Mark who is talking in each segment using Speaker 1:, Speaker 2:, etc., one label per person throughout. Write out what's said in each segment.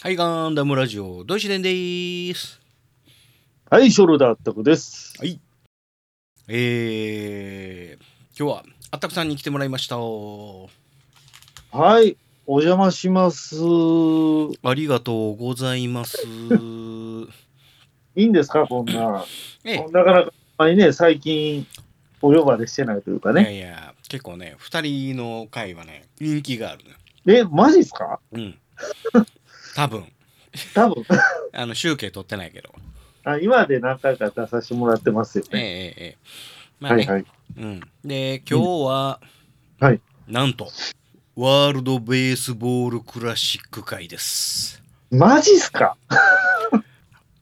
Speaker 1: はい、ガンダムラジオ、ドイシデンでーす。
Speaker 2: はい、ショルダーあったくです。
Speaker 1: はい。えー、今日は、あったくさんに来てもらいました。
Speaker 2: はい、お邪魔します。い
Speaker 1: ありがとうござい ます。
Speaker 2: いんですか、こんな。
Speaker 1: ええ、
Speaker 2: なかなか、あんまりね、最近、お呼ばれしてないというか
Speaker 1: い
Speaker 2: ね。
Speaker 1: やいや、結構ね、二人の会はね、人気があるね。
Speaker 2: え、マジっすか
Speaker 1: うん。多分、
Speaker 2: 多分
Speaker 1: あの、集計取ってないけど。
Speaker 2: あ今まで何回か出させてもらってますよ
Speaker 1: えええ
Speaker 2: ね。
Speaker 1: えええ。まあ
Speaker 2: は
Speaker 1: ね、
Speaker 2: いはい。
Speaker 1: うん。で、今日は、
Speaker 2: はい
Speaker 1: なんと、ワールドベースボールクラシック会です。
Speaker 2: マジっすか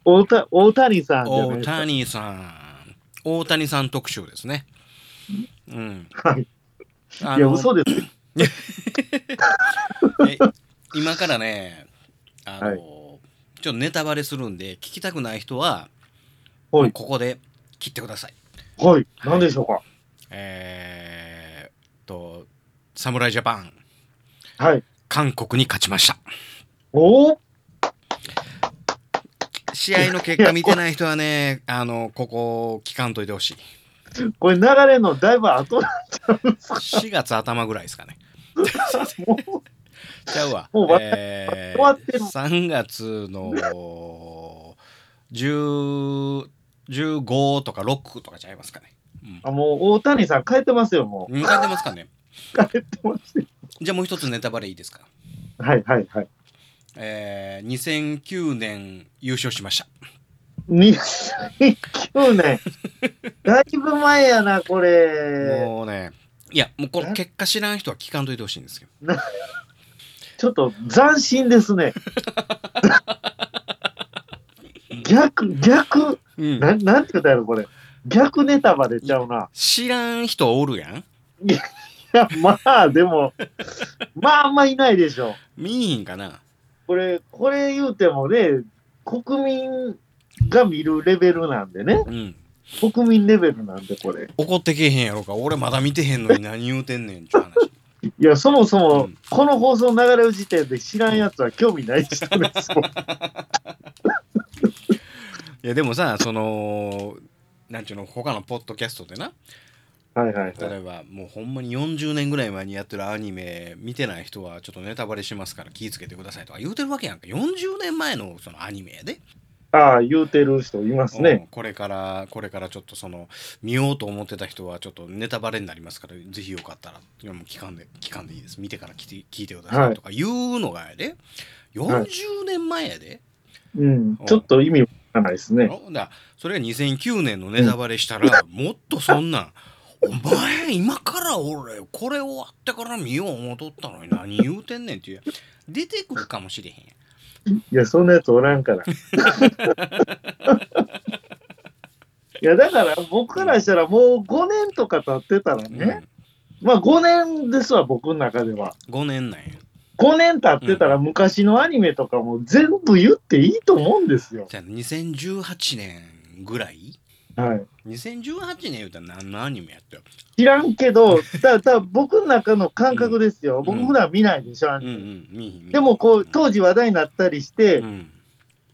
Speaker 2: 大谷大谷さんじゃない
Speaker 1: 大
Speaker 2: ですか。
Speaker 1: 谷さん、大谷さん特集ですね。うん。
Speaker 2: はい
Speaker 1: あ
Speaker 2: いや、
Speaker 1: の
Speaker 2: 嘘ですよ。
Speaker 1: え今からね、あの、
Speaker 2: はい
Speaker 1: ちょっとネタバレするんで、聞きたくない人は、
Speaker 2: はい
Speaker 1: ここで切ってください。
Speaker 2: はい、何でしょうか。
Speaker 1: えー、と、侍ジャパン、
Speaker 2: はい。
Speaker 1: 韓国に勝ちました。
Speaker 2: おお
Speaker 1: 試合の結果見てない人はね、あの、ここ、聞かんといてほしい。
Speaker 2: これ流れのだいぶ後なんちゃうんですか。
Speaker 1: 4月頭ぐらいですか ね。
Speaker 2: もう
Speaker 1: ちゃうわ。
Speaker 2: もうわ
Speaker 1: えー
Speaker 2: 終わってる
Speaker 1: 3月の10 15とか6とかちゃいますかね。
Speaker 2: あもう大谷さん帰ってますよ、もう。
Speaker 1: うん。向かってますかね。
Speaker 2: 帰ってますよ。
Speaker 1: じゃあもう一つネタバレいいですか。
Speaker 2: はいはいはい。
Speaker 1: えー、2009年優勝しました。
Speaker 2: 2009年。 だいぶ前やな、これ。
Speaker 1: もうね、いや、もうこの結果知らん人は聞かんといてほしいんですよ。
Speaker 2: ちょっと斬新で すね。逆、逆、
Speaker 1: うん
Speaker 2: ななんて言ったやろ、これ。逆ネタバレちゃう な。
Speaker 1: 知らん人おるやん。
Speaker 2: いや、まあ、でも、まあ、あんまいないでしょ。
Speaker 1: 見いひんかな。
Speaker 2: これ、これ言うてもね、国民が見るレベルなんでね。
Speaker 1: うん。
Speaker 2: 国民レベルなんで、これ。
Speaker 1: 怒ってけえへんやろか。俺まだ見てへんのに何言うてんねんって話。
Speaker 2: いや、そもそうも
Speaker 1: ん、
Speaker 2: この放送の流れる時点で知らんやつは興味ない人ですもん。
Speaker 1: いやでもさそのなんちゅうの他のポッドキャストでな
Speaker 2: はいはいはい。
Speaker 1: 例えばもうほんまに40年ぐらい前にやってるアニメ見てない人はちょっとネタバレしますから気ぃつけてくださいとか言うてるわけやんか40年前のそのアニメやで、
Speaker 2: ああ、言うてる人います
Speaker 1: う
Speaker 2: ね。
Speaker 1: んこれからこれからちょっとその見ようと思ってた人はちょっとネタバレになりますからぜひよかったらいやもう聞かんで聞かんでいいです見てから聞いて聞いてくださいとか言うのがやで40年前やで、
Speaker 2: うん、ちょっと意味わからないですね。
Speaker 1: だからそれが2009年のネタバレしたら、もっとそんなん「お前今から俺これ終わってから見よう思うとったのに何言うてんねん」っていう出てくるかもしれへんやん
Speaker 2: いや、そんなやつおらん から。い や、だから僕からしたらもう5年とか経ってたらね、まあ5年ですわ、僕の中では。
Speaker 1: うん、5年なんや
Speaker 2: 5年経ってたら昔のアニメとかも全部言っていいと思うんですよ。
Speaker 1: じゃあ2018年ぐらい
Speaker 2: はい。
Speaker 1: 2018年言うたら何のアニメやったよ、
Speaker 2: 知らんけど、 ただ僕の中の感覚ですよ。
Speaker 1: う
Speaker 2: 僕
Speaker 1: ん
Speaker 2: 普段見ないでしょ、ア
Speaker 1: う
Speaker 2: ニ
Speaker 1: んう
Speaker 2: メ
Speaker 1: ん、見ひん見ひん
Speaker 2: でもこう、当時話題になったりして、
Speaker 1: うん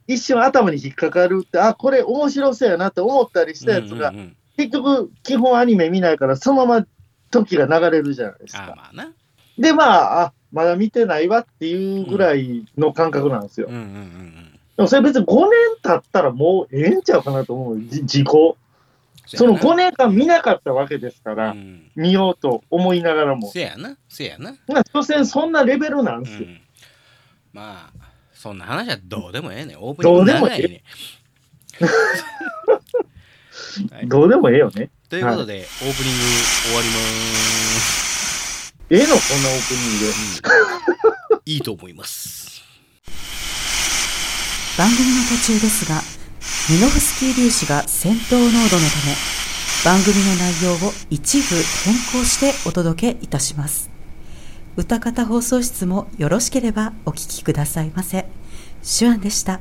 Speaker 2: 一瞬頭に引っかかるって、あ、これ面白そうやなって思ったりしたやつが、
Speaker 1: うんうんうん
Speaker 2: 結局、基本アニメ見ないから、そのまま時が流れるじゃないです
Speaker 1: ああ
Speaker 2: か。
Speaker 1: まあな
Speaker 2: で、まあ、あ、まだ見てないわっていうぐらいの感覚なんですよ。
Speaker 1: うんうんうんうん
Speaker 2: でもそれ別に5年経ったらもうええんちゃうかなと思う、じ時効。その5
Speaker 1: 年
Speaker 2: 年間見なかったわけですから、
Speaker 1: うん、
Speaker 2: 見ようと思いながらも。
Speaker 1: せやなせやな
Speaker 2: まあ、所詮そんなレベルなん
Speaker 1: う
Speaker 2: ですよ。
Speaker 1: ん、まあそんな話はどうでもええねんオープニング長いねん、はい、
Speaker 2: どうでもええよね。
Speaker 1: ということで、オープニング終わりまー
Speaker 2: ええの、こんなオープニングで。
Speaker 1: す、いいと思います
Speaker 3: 番組の途中ですが、ミノフスキー粒子が戦闘濃度のため、番組の内容を一部変更してお届けいたします。歌方放送室もよろしければお聞きくださいませ。手腕でした。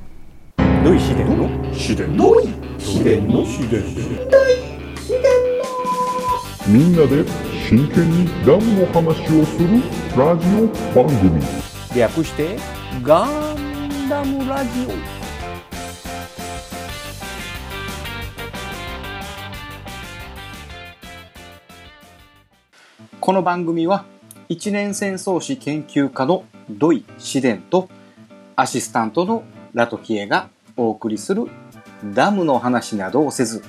Speaker 4: ノイ秘伝の秘伝の秘伝の秘伝
Speaker 5: みんなで真剣にダムの話をするラジオ番組
Speaker 4: 略してガンダムラジオこの番組は一年戦争史研究家の土井紫伝とアシスタントのラトキエがお送りするダムの話などをせず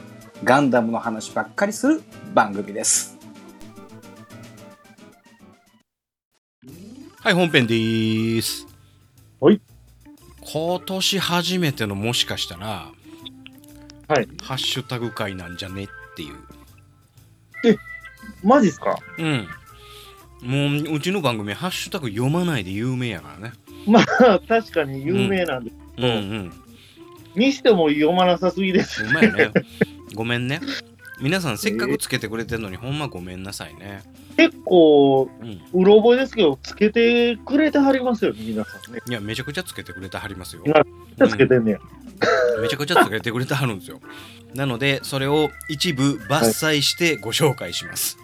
Speaker 4: ガンダムの話ばっかりする番組です
Speaker 1: はい本編でーす
Speaker 2: はい
Speaker 1: 今年初めてのもしかしたら
Speaker 2: はい
Speaker 1: ハッシュタグ会なんじゃねっていう
Speaker 2: マジっすか
Speaker 1: うんもううちの番組ハッシュタグ読まないで有名やからね
Speaker 2: まあ、確かに有名なんで、
Speaker 1: うんうん
Speaker 2: にしても読まなさすぎです。
Speaker 1: ほんまやねごめんね皆さんせっかくつけてくれてるのにほんまごめんなさいね
Speaker 2: 結構、
Speaker 1: うん
Speaker 2: うろ覚えですけど、つけてくれてはりますよね、皆さんね。
Speaker 1: いやめちゃくちゃつけてくれてはりますよ
Speaker 2: なじゃあつけてんねや。
Speaker 1: めちゃくちゃつけてくれてはるんですよ。なので、それを一部伐採してご紹介します。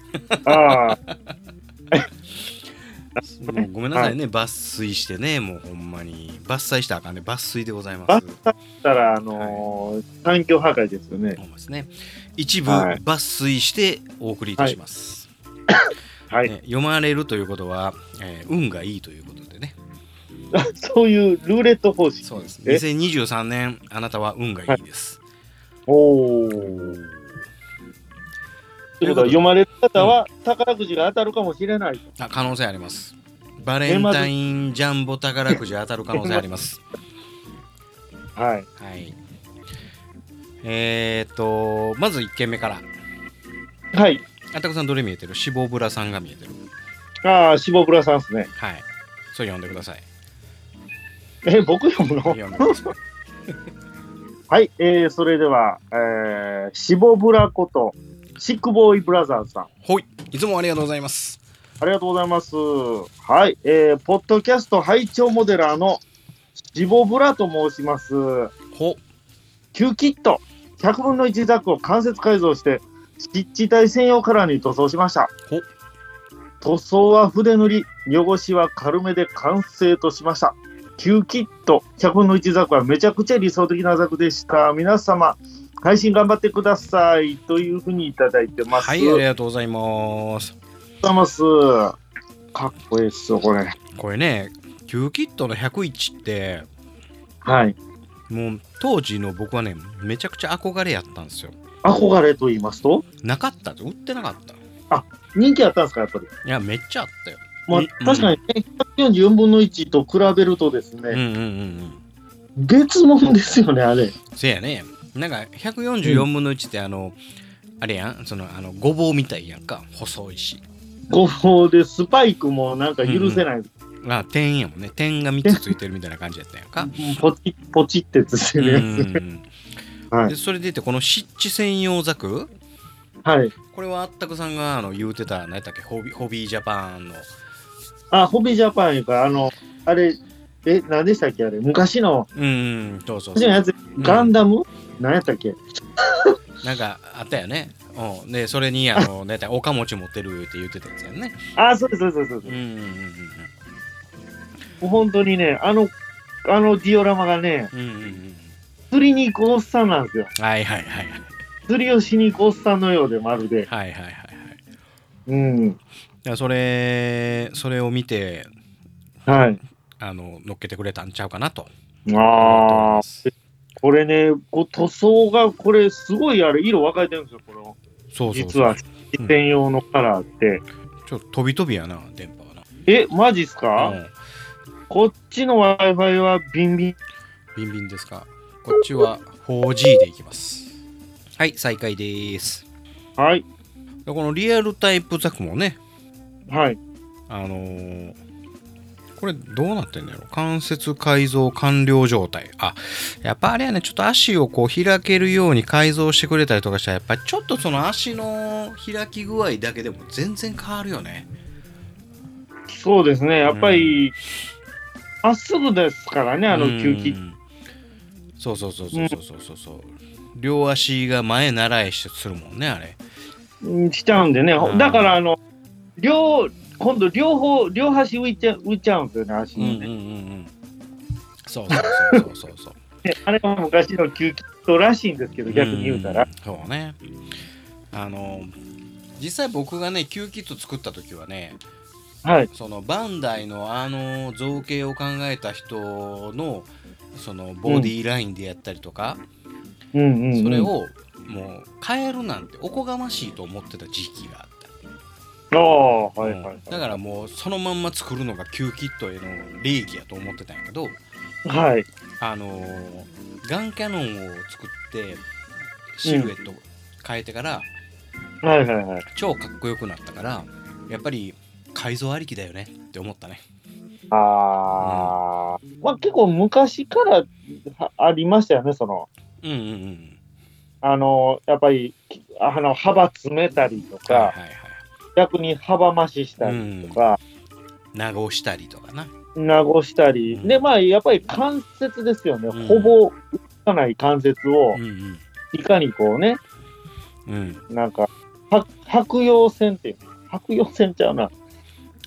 Speaker 2: ああ、
Speaker 1: もうごめんなさいね、抜粋してね、もうほんまに。伐採したらあかんね、抜粋でございます。
Speaker 2: 伐たら、あのー、環境破壊ですよね。
Speaker 1: ほんまですね。一部
Speaker 2: はい
Speaker 1: 抜粋してお送りいたします。
Speaker 2: はい。
Speaker 1: ね読まれるということは、えー運がいいということでね。
Speaker 2: そういうルーレット方式。
Speaker 1: そうです。
Speaker 2: え
Speaker 1: 2023年、あなたは運がいいです。
Speaker 2: おお。ということは、読まれる方は、宝くじが当たるかもしれない。
Speaker 1: あ可能性あります。バレンタインジャンボ宝くじ当たる可能性あります。
Speaker 2: はい。
Speaker 1: はい。えー、っと、まず1件目から。
Speaker 2: はい。
Speaker 1: あたこさん、どれ見えてる脂肪ブラさんが見えてる。
Speaker 2: ああ、しぼぶらさんですね。
Speaker 1: はい。それ読んでください。
Speaker 2: え、僕読むの
Speaker 1: 読んでください。
Speaker 2: はい、えー、それでは、えー、しぼぶらこと、シックボーイブラザーズさん、
Speaker 1: ほい。いつもありがとうございます。
Speaker 2: ありがとうございます。はい、えー、ポッドキャスト拝聴モデラーのしぼぶらと申します。
Speaker 1: ほ。
Speaker 2: Q キット、100分の1ザックを関節改造して、湿地帯専用カラーに塗装しました
Speaker 1: ほ。
Speaker 2: 塗装は筆塗り、汚しは軽めで完成としました。Q キット、100分の1ザックはめちゃくちゃ理想的なザックでした。皆様、配信頑張ってください。というふうにいただいてます。
Speaker 1: はい、ありがとうございます。
Speaker 2: ざいます。かっこいいですよ、これ。
Speaker 1: これね、キューキットの101って、
Speaker 2: はい。
Speaker 1: もう当時の僕はね、めちゃくちゃ憧れやったんですよ。
Speaker 2: 憧れと言いますと、
Speaker 1: なかったって売ってなかった。
Speaker 2: 人気あったんですか、やっぱり。
Speaker 1: いや、めっちゃあったよ。
Speaker 2: まあ
Speaker 1: うん、
Speaker 2: 確かにね、144分の1と比べるとですね、
Speaker 1: うんうんうんうん。
Speaker 2: 別物ですよね、あれ。
Speaker 1: せやね。なんか144分の1ってあの、あれやん、その、あの、ごぼうみたいやんか。細いし。
Speaker 2: ごぼうでスパイクもなんか許せない。
Speaker 1: あ点やもんね点が3つついてるみたいな感じやったんやんか、
Speaker 2: ポチッ、ポチってつ
Speaker 1: う
Speaker 2: い
Speaker 1: ん
Speaker 2: て
Speaker 1: う
Speaker 2: るやつ。
Speaker 1: んう
Speaker 2: は
Speaker 1: ん、
Speaker 2: い
Speaker 1: でそれでいてこの湿地専用ザク
Speaker 2: はい。
Speaker 1: これはあったくさんがあの言うてた何やったっけホビホビージャパンの
Speaker 2: あ、ホビージャパンいうか、あの、あれ、え、何でしたっけあれ、昔の、
Speaker 1: うんうんそうそう
Speaker 2: 昔のやつ、
Speaker 1: うん
Speaker 2: ガンダム、何やったっけ
Speaker 1: なんかあったよねうんでそれにあ の何やったっけおかもち持ってるって言ってたやつやんね
Speaker 2: あ、そうです、そうです、そう
Speaker 1: う
Speaker 2: で
Speaker 1: んうんうん
Speaker 2: す。もう本当にね、あの、あのディオラマがね、
Speaker 1: うんうんうんうん
Speaker 2: 釣りに行くおっさんなんですよ。
Speaker 1: はいはいはいはい
Speaker 2: 釣りをしに行くおっさんのようで、まるで。
Speaker 1: はいはいはいはい
Speaker 2: うん。
Speaker 1: だからそれそれを見て
Speaker 2: はい。
Speaker 1: あの乗っけてくれたんちゃうかなと
Speaker 2: ああ
Speaker 1: 思っておりま、す
Speaker 2: これね、こう塗装が、これ、すごいあれ、色分かれてるんですよ、この。
Speaker 1: そうそうそう
Speaker 2: 実は、実践用のカラーって。
Speaker 1: ちょっと飛び飛びやな、電波が
Speaker 2: え、マジっすか、
Speaker 1: な。うん
Speaker 2: こっちの Wi-Fi はビンビン。
Speaker 1: ビンビンですか。こっちは 4G でいきます。はい、再開です。
Speaker 2: はい。
Speaker 1: このリアルタイプザクもね、
Speaker 2: はい。
Speaker 1: あのーこれどうなってんだろう関節改造完了状態。あ、やっぱあれやね、ちょっと足をこう開けるように改造してくれたりとかしたら、やっぱりちょっとその足の開き具合だけでも全然変わるよね。
Speaker 2: そうですね。やっぱり、ま、っすぐですからね、あの吸気。
Speaker 1: うんそうそうそうそうそうそうそう、両足が前習いしてするもんねあれ
Speaker 2: うんしちゃうんでね。
Speaker 1: うん
Speaker 2: だから、あの、両、今度両方、両端浮いちゃ浮いちゃうんですよね、足
Speaker 1: うんうん
Speaker 2: に
Speaker 1: うん
Speaker 2: ね。
Speaker 1: うんそうそうそうそうそう。
Speaker 2: であれは昔のキューキットらしいんですけど、逆に言うたら
Speaker 1: ん。そうねあの実際僕がねキューキット作った時はね
Speaker 2: はい。
Speaker 1: そのバンダイのあの造形を考えた人のそのボディラインでやったりとか、
Speaker 2: うんうん、うん。
Speaker 1: それ。をもう変えるなんておこがましいと思ってた時期があった
Speaker 2: ああー、はいはい、は
Speaker 1: うん
Speaker 2: い。
Speaker 1: だからもうそのまんま作るのがキューキットへの礼儀やと思ってたんやけど
Speaker 2: はい。
Speaker 1: あのーガンキャノンを作ってシルエット変えてから、
Speaker 2: はいはいはい。
Speaker 1: 超かっこよくなったからやっぱり改造ありきだよねって思ったね
Speaker 2: ああ、まあ結構昔からはありましたよね、その、
Speaker 1: うんうんうん
Speaker 2: あの、やっぱり、きあの、幅詰めたりとか、
Speaker 1: はいはいはい
Speaker 2: 逆に幅増ししたりとか、
Speaker 1: 名護したりとかな
Speaker 2: 名護したり、
Speaker 1: うん
Speaker 2: で、まあやっぱり関節ですよね、
Speaker 1: うん
Speaker 2: ほぼ動かない関節
Speaker 1: う、
Speaker 2: を
Speaker 1: ん
Speaker 2: いかにこうね、
Speaker 1: うんうん
Speaker 2: なんか、は白用線っていう、白用線ちゃうな、
Speaker 1: あ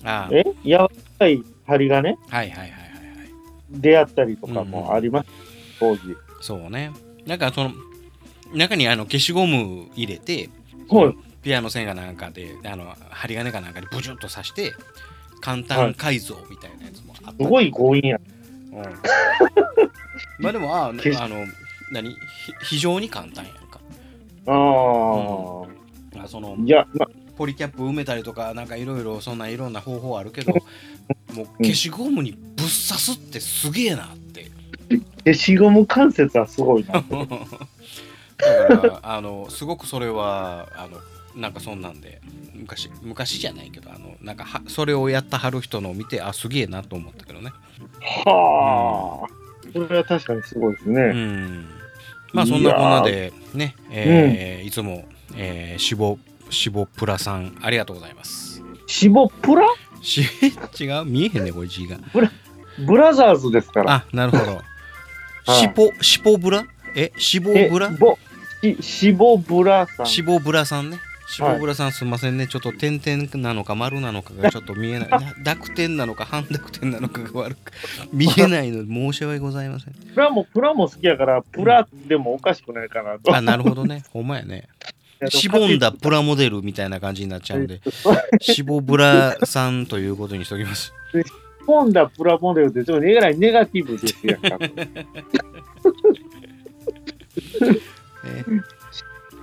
Speaker 1: あ
Speaker 2: え柔らかい針がね、
Speaker 1: はいはいはいはいはい
Speaker 2: 出会ったりとかもありました、当時。
Speaker 1: そうねなんかその中にあの消しゴム入れて
Speaker 2: はい
Speaker 1: ピアノ線がなんかであの針金かなんかにブジュッと刺して簡単改造みたいなやつもあった
Speaker 2: すごい強引や。
Speaker 1: うん、 まあでもあああ
Speaker 2: 消し
Speaker 1: の何ひ非常に簡単やんか
Speaker 2: ああ、
Speaker 1: あその
Speaker 2: いや、ま
Speaker 1: ポリキャップ埋めたりとかなんかいろいろそんないろんな方法あるけどもう消しゴムにぶっ刺すってすげえなって
Speaker 2: 消しゴム関節はすごいな。
Speaker 1: だからあのすごくそれはあのなんかそんなんで昔昔じゃないけどあのなんかはそれをやったはる人のを見てあすげえなと思ったけどね
Speaker 2: はあ、これは確かにすごいですね。
Speaker 1: うんまあそんなこんなでね、えーいつも、えー、しぼしぼプラさんありがとうございます
Speaker 2: シボプラ
Speaker 1: し 違う見えへんねこれ字が
Speaker 2: ブラザーズですから。
Speaker 1: あなるほど
Speaker 2: はい
Speaker 1: しぼしぼブラえしぼ
Speaker 2: え
Speaker 1: ブラ
Speaker 2: ぼしシボブラさん。
Speaker 1: しぼブラさんねしぼブラさんすいませんねちょっと点々なのか丸なのかがちょっと見え ないな濁点なのか半濁点なのかが悪く見えないので申し訳ございませ ん
Speaker 2: プラもプラも好きやから、プラでもおかしくないかなと。
Speaker 1: あなるほどねほんまやね
Speaker 2: いや
Speaker 1: しぼんだプラモデルみたいな感じになっちゃうん でしぼブラさんということにしておきます。
Speaker 2: 仕込んだプラモデルって、ちょっとえらいネガティブですやんか。仕
Speaker 1: え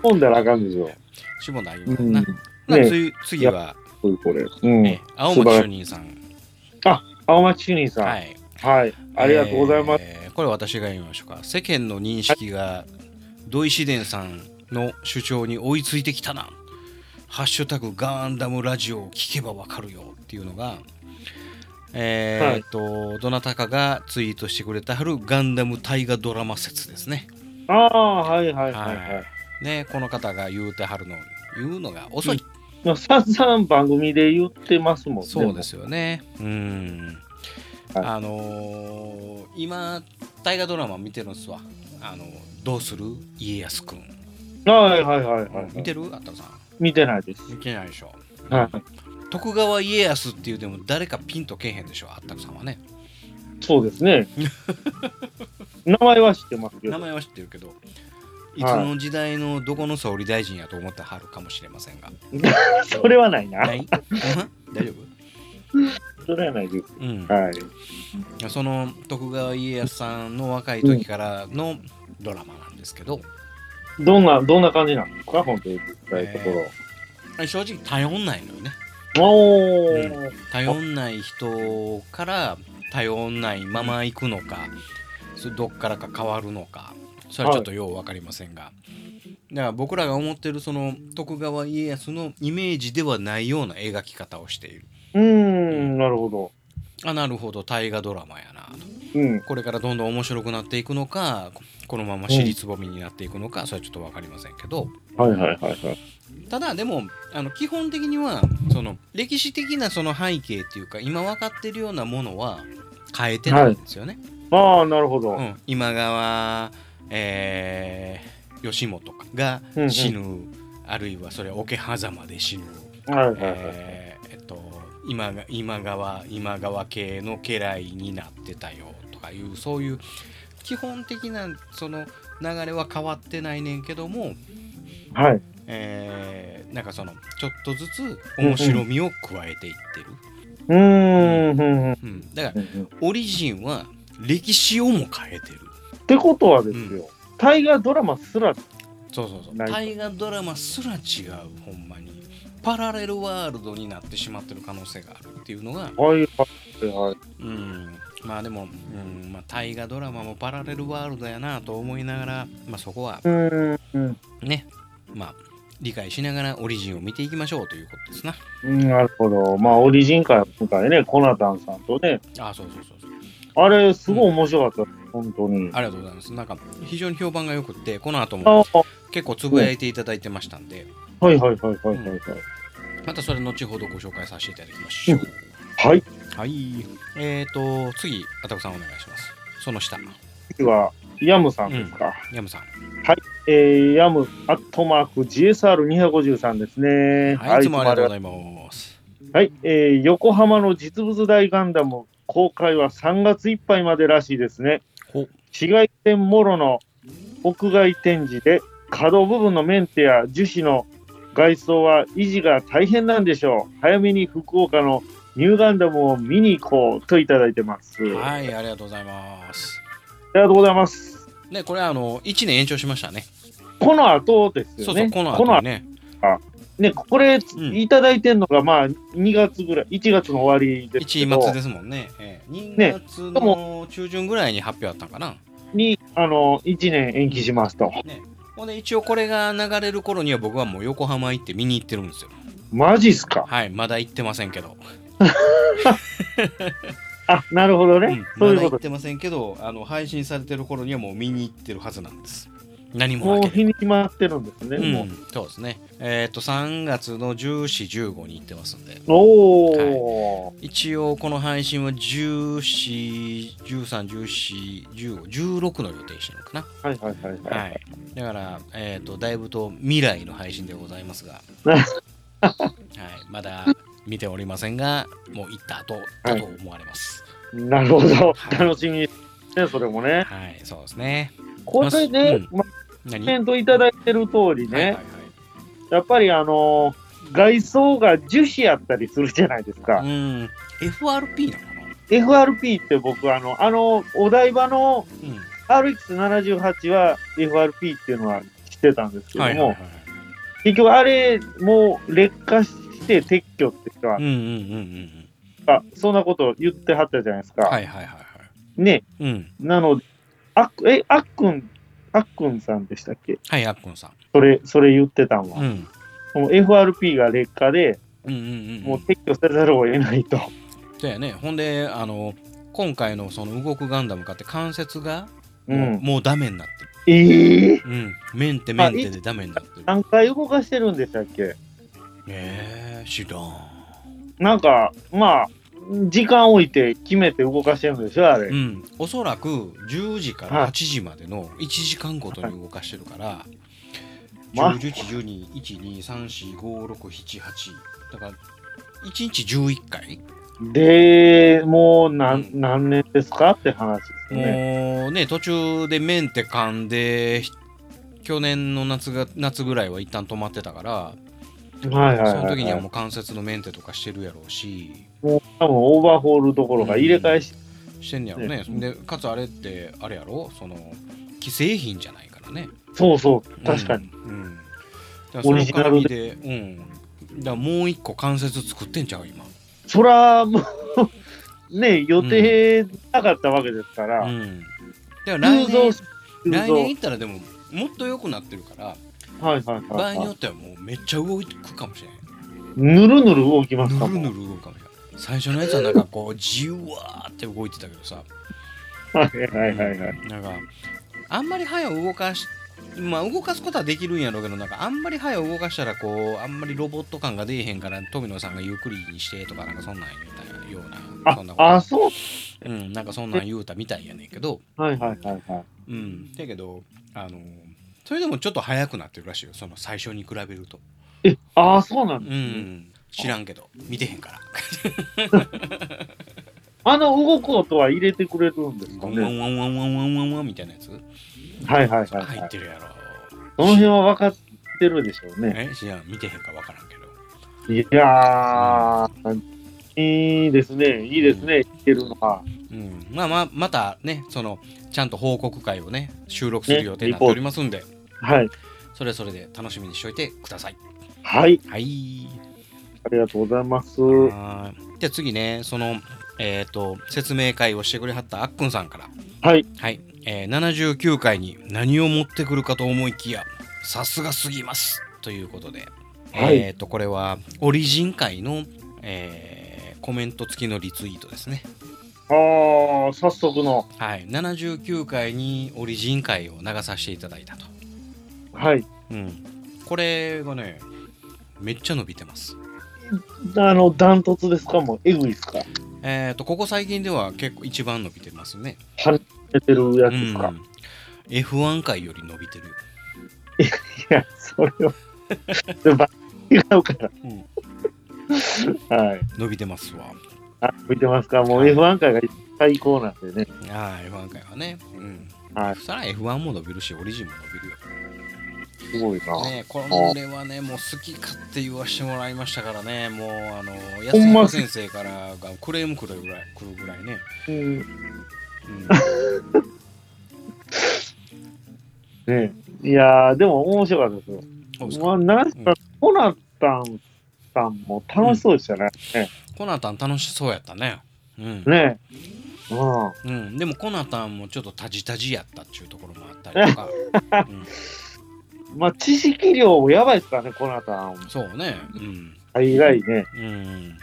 Speaker 2: 込んだらあかんでしょ。
Speaker 1: ー、しぼんだあげま
Speaker 2: う
Speaker 1: す
Speaker 2: ん
Speaker 1: な。。な
Speaker 2: ね
Speaker 1: 次次は、
Speaker 2: これこれ。うん
Speaker 1: ね。青巻主任さん。
Speaker 2: 青町主任さん。
Speaker 1: は
Speaker 2: はい。
Speaker 1: い。
Speaker 2: ありがとうございます。
Speaker 1: えーこれ私が言いましょうか。世間の認識が土井紫伝さんの主張に追いついてきたな。ハッシュタグガンダムラジオを聞けばわかるよっていうのが、えーっと、どなたかがツイートしてくれたはるガンダム大河ドラマ説ですね。
Speaker 2: ああ、はいはいはいは。
Speaker 1: はいい。ね、この方が言うてはるの、言うのが遅い。
Speaker 2: まあ、散々番組で言ってますもんね。
Speaker 1: そうですよね。うん。
Speaker 2: はい
Speaker 1: あのー今、大河ドラマ見てるんですわ。あのどうする家康くん。
Speaker 2: はいはいはいはい、はい。
Speaker 1: 見てるあったさん。
Speaker 2: 見てないです。
Speaker 1: 見てないでしょ。
Speaker 2: はい。
Speaker 1: 徳川家康っていうでも誰かピンとけえへんでしょ、あったくさんはね。
Speaker 2: そうです ね。名前は知ってますけ
Speaker 1: 名
Speaker 2: ど。
Speaker 1: 前は知ってるけど、いつの時代のどこの総理大臣やと思ってはるかもしれませんが。
Speaker 2: それはないな
Speaker 1: な。いうん大丈
Speaker 2: それはないです。
Speaker 1: 夫うん。
Speaker 2: はい。
Speaker 1: その徳川家康さんの若い時からのドラマなんですけど、
Speaker 2: どんな、どんな感じなんですか本当に聞きたいところ。
Speaker 1: 正直頼んないのよね
Speaker 2: お
Speaker 1: う
Speaker 2: ー。
Speaker 1: 頼んない人から頼んないまま行くのかそれどっからか変わるのかそれはちょっとよう分かりませんが、だから僕らが思ってるその徳川家康のイメージではないような描き方をしている
Speaker 2: うーん、なるほど。
Speaker 1: あなるほど大河ドラマやなと
Speaker 2: うん。
Speaker 1: これからどんどん面白くなっていくのかこのまま尻つぼみになっていくのか、それはちょっと分かりませんけど、
Speaker 2: はいはいはいはい。
Speaker 1: ただでもあの基本的にはその歴史的なその背景っていうか今分かってるようなものは変えてないんですよね。
Speaker 2: ああ、なるほど。
Speaker 1: うん、今川、えー吉本かが
Speaker 2: うんうん
Speaker 1: 死ぬ、あるいはそれ桶狭間で死ぬ、
Speaker 2: はいはいはい。
Speaker 1: えーえっと今が今川今川系の家来になってたよととかいうそういう基本的なその流れは変わってないねんけども、
Speaker 2: はい。
Speaker 1: えーなんかそのちょっとずつ面白みを加えていってる、
Speaker 2: うーんう
Speaker 1: う
Speaker 2: ん。
Speaker 1: ん、だから
Speaker 2: っ
Speaker 1: オリジンは歴史をも変えてる
Speaker 2: てことはですよ、大河ドラマすら、
Speaker 1: そうそうそう
Speaker 2: なるほど
Speaker 1: 大河ドラマすら違うほんまにパラレルワールドになってしまってる可能性があるっていうのが
Speaker 2: はいはいはい。
Speaker 1: うんまあでも、うんまあ、大河ドラマもパラレルワールドやなと思いながら、まあ、そこは
Speaker 2: うーんうん。
Speaker 1: ねまあ理解しながらオリジンを見ていきましょうということですな
Speaker 2: うんなるほど。まあ、オリジンから今回ね、コナタンさんとね、
Speaker 1: あそうそうそうそう
Speaker 2: あれ、すごい面白かった、本当に。
Speaker 1: ありがとうございますなんか非常に評判が良くってこの後も
Speaker 2: ああ、
Speaker 1: 結構つぶやいていただいてましたんで
Speaker 2: はいはいはいはいはい。はい
Speaker 1: またそれ後ほどご紹介させていただきましょう
Speaker 2: はい。
Speaker 1: はいえーと次あたこさんお願いしますその下
Speaker 2: 次は、ヤムさんですか。
Speaker 1: ヤムさん
Speaker 2: えー、ヤム、アットマーク、GSR253 ですね。
Speaker 1: はいいつもありがとうご
Speaker 2: い
Speaker 1: ざいます
Speaker 2: ます。はい、えー、横浜の実物大ガンダム、公開は3月いっぱいまでらしいですね。
Speaker 1: ほ
Speaker 2: 市街店もろの屋外展示で、可動部分のメンテや樹脂の外装は維持が大変なんでしょう。早めに福岡のニューガンダムを見に行こうといただいてます。あ
Speaker 1: はいありがとうございます
Speaker 2: りがとうございます。
Speaker 1: ねこれあの1年延長しましたね
Speaker 2: この後で
Speaker 1: そ
Speaker 2: すよ
Speaker 1: うそう
Speaker 2: ね。
Speaker 1: この後ね
Speaker 2: ね、これ、
Speaker 1: ん
Speaker 2: いただいてんのが、まあ、2月ぐらい、1月の終わりですけ
Speaker 1: 1
Speaker 2: ど、
Speaker 1: 月ですもんね、ええ
Speaker 2: ね
Speaker 1: 2月の中旬ぐらいに発表あったんかな、
Speaker 2: に、あの、1年延期しますと。
Speaker 1: ほんで一応これが流れる頃には僕はもう横浜行って見に行ってるんですよ
Speaker 2: マジっすか。
Speaker 1: はいまだ行ってませんけど、
Speaker 2: あ、なるほどね。
Speaker 1: うん
Speaker 2: そ
Speaker 1: ま
Speaker 2: うい
Speaker 1: だ
Speaker 2: う
Speaker 1: 行
Speaker 2: こ
Speaker 1: ってませんけどあの配信されてる頃にはもう見に行ってるはずなんです何
Speaker 2: と。
Speaker 1: も
Speaker 2: もう
Speaker 1: なけ
Speaker 2: 日
Speaker 1: れ
Speaker 2: に決まってるんですね。
Speaker 1: ば
Speaker 2: もう
Speaker 1: うん、そうですねえっ、と3月の1415に行ってますんで
Speaker 2: おー。
Speaker 1: 一応この配信は1413141516の予定してるのかな
Speaker 2: はいはいはいはい。
Speaker 1: はい、だから、えー、とだいぶと未来の配信でございます が、はい
Speaker 2: ね、
Speaker 1: まだ見ておりませんがもう行った後だと思われます
Speaker 2: なるほど
Speaker 1: は。い
Speaker 2: 楽しみですね、それもね。
Speaker 1: はい、そうですね
Speaker 2: これで、まあ、コ
Speaker 1: 何
Speaker 2: メントいただいてる通りね、
Speaker 1: はいはい
Speaker 2: やっぱりあのー外装が樹脂やったりするじゃないです
Speaker 1: は
Speaker 2: か
Speaker 1: い、う。ん FRP なのかな
Speaker 2: FRP って僕、あの、あの、お台場の RX78 は FRP っていうのは知ってたんですけ
Speaker 1: うんは
Speaker 2: ども、
Speaker 1: いはいはい
Speaker 2: 結局あれ、もう劣化して撤去って人は
Speaker 1: うん、うんうんうん
Speaker 2: あそんなこと言ってはったじゃないですか。
Speaker 1: うんはいはいはいはい
Speaker 2: ね、
Speaker 1: うん
Speaker 2: なので、あっ、え、あっくん、あっくんさんでしたっけ
Speaker 1: はいあっこんさん
Speaker 2: それ、それ言ってたん
Speaker 1: う
Speaker 2: は。
Speaker 1: ん
Speaker 2: もう FRP が劣化で、
Speaker 1: うんうんうん
Speaker 2: もう撤去せざるを得ないと。
Speaker 1: そうやねほんであの今回のその動くガンダム買って関節が
Speaker 2: う
Speaker 1: もう,、
Speaker 2: ん。
Speaker 1: もうダメになってる
Speaker 2: ええ
Speaker 1: うん、メンテメンテでダメになってる。
Speaker 2: 何回動かしてるんでしたっけ
Speaker 1: えー、知らん。
Speaker 2: なんか、まあ、時間置いて決めて動かしてるんでしょ、あれ。
Speaker 1: うん、おそらく10時か
Speaker 2: は
Speaker 1: ら
Speaker 2: い
Speaker 1: 8時までの1時間ごとに動かしてるから、
Speaker 2: ま
Speaker 1: 10、11、12、1、2、3、4、5、6、7、8。だから、1日11回。
Speaker 2: で、もう何、
Speaker 1: うん
Speaker 2: 何年ですかって話ですよね。
Speaker 1: もうね、途中でメンテ噛んで、去年の夏が夏ぐらいは一旦止まってたから、
Speaker 2: はいはいはい、はい。
Speaker 1: その時にはもう関節のメンテとかしてるやろうし、
Speaker 2: もう多分オーバーホールどころか入れ替えし、
Speaker 1: してんねやろね。
Speaker 2: ね
Speaker 1: で、かつあれって、あれやろその、既製品じゃないからね。
Speaker 2: そうそう、確かに。
Speaker 1: うん。うんだからその
Speaker 2: オリジナル
Speaker 1: 絡みで、うん。だからもう一個関節作ってんちゃう今。
Speaker 2: そら、もう、ね、予定なかったわけですから、
Speaker 1: うん。だから
Speaker 2: 急
Speaker 1: 来
Speaker 2: 増
Speaker 1: 年
Speaker 2: し、急
Speaker 1: 来
Speaker 2: 増。
Speaker 1: 年行ったらでももっと良くなってるから、
Speaker 2: はいはいはい
Speaker 1: 場合
Speaker 2: はい、
Speaker 1: によってはもうめっちゃ動くかもしれない。
Speaker 2: ぬるぬる動きますか
Speaker 1: ぬるぬ
Speaker 2: も。
Speaker 1: る動くかもしれない。最初のやつはなんかこうじわーって動いてたけどさ、
Speaker 2: はいはいはいはい。
Speaker 1: なんかあんまり早く動かしまあ動かすことはできるんやろうけどなんかあんまり早く動かしたらこうあんまりロボット感が出えへんから富野さんがゆっくりにしてとかなんかそんなんみたいなような
Speaker 2: あ
Speaker 1: そんな、こと
Speaker 2: あ、そう。
Speaker 1: うん、なんかそんなん言うたみたいやねんけど、
Speaker 2: はいはいはいはい。
Speaker 1: うん、だけど、あのそれでもちょっと早くなってるらしいよ、その最初に比べると。
Speaker 2: え、ああ、そうな
Speaker 1: う
Speaker 2: んですね。
Speaker 1: ん、知らんけど、見てへんから。
Speaker 2: あの動く音は入れてくれるんですか
Speaker 1: ワンワ
Speaker 2: ね。
Speaker 1: ンワンワンワンワンワンワンみたいなやつ
Speaker 2: はいはいはい、
Speaker 1: 入
Speaker 2: は
Speaker 1: っ
Speaker 2: い。
Speaker 1: てるやろ。
Speaker 2: その辺は分かってるでしょうね。
Speaker 1: え、じゃあ見てへんかわからんけど。
Speaker 2: いやー、いいですね。いいですね。言ってるのは。
Speaker 1: うん、まあまあまたねそのちゃんと報告会をね収録する予定になっておりますんで、
Speaker 2: はい。
Speaker 1: それはそれで楽しみにしておいてください。
Speaker 2: はい。
Speaker 1: はい。
Speaker 2: ありがとうございます。
Speaker 1: はーいじゃあ次ねそのえっ、と説明会をしてくれはったあっくんさんから
Speaker 2: はい。
Speaker 1: はい、えー、79回に何を持ってくるかと思いきやさすがすぎますということで、
Speaker 2: はい
Speaker 1: えっ、とこれはオリジン会の、えーコメント付きのリツイートですね。
Speaker 2: あー、早速の。
Speaker 1: はい、79回にオリジン会を流させていただいたと。
Speaker 2: はい。
Speaker 1: うん、これがねめっちゃ伸びてます
Speaker 2: あの、ダントツですかもう、えぐいですか
Speaker 1: えっ、とここ最近では結構一番伸びてますね
Speaker 2: 出てるや
Speaker 1: う
Speaker 2: つです
Speaker 1: ん
Speaker 2: か、
Speaker 1: F1 回より伸びてる、
Speaker 2: いや、それは。 でもば違うか
Speaker 1: うん、
Speaker 2: ら。はい。
Speaker 1: 伸びてますわ
Speaker 2: あ、見てますかもう
Speaker 1: はい
Speaker 2: F1 界が最高なんでね。
Speaker 1: ああ F1 回はねうん
Speaker 2: はい
Speaker 1: そら F1 も伸びるしオリジンも伸びるよ
Speaker 2: すごいな。
Speaker 1: ねこれはねもう好き勝手言わしてもらいましたからねもうあの安
Speaker 2: ほん
Speaker 1: 彦
Speaker 2: ま
Speaker 1: 先生からがクレームくるぐらい来るぐらいね、
Speaker 2: うん
Speaker 1: うん、
Speaker 2: ねいやー、でも面白かったですよ。
Speaker 1: そうです
Speaker 2: ま
Speaker 1: か
Speaker 2: あ、なんか、コナタンさんも楽しそうでしたね。
Speaker 1: コナタン楽しそうやったねうん
Speaker 2: ねうん。
Speaker 1: うん、でもコナタンもちょっとタジタジやったっていうところもあったりとか、うん、
Speaker 2: まあ、知識量やばいですからね、コナタン。
Speaker 1: そうねうん、
Speaker 2: 大概ね。
Speaker 1: うん、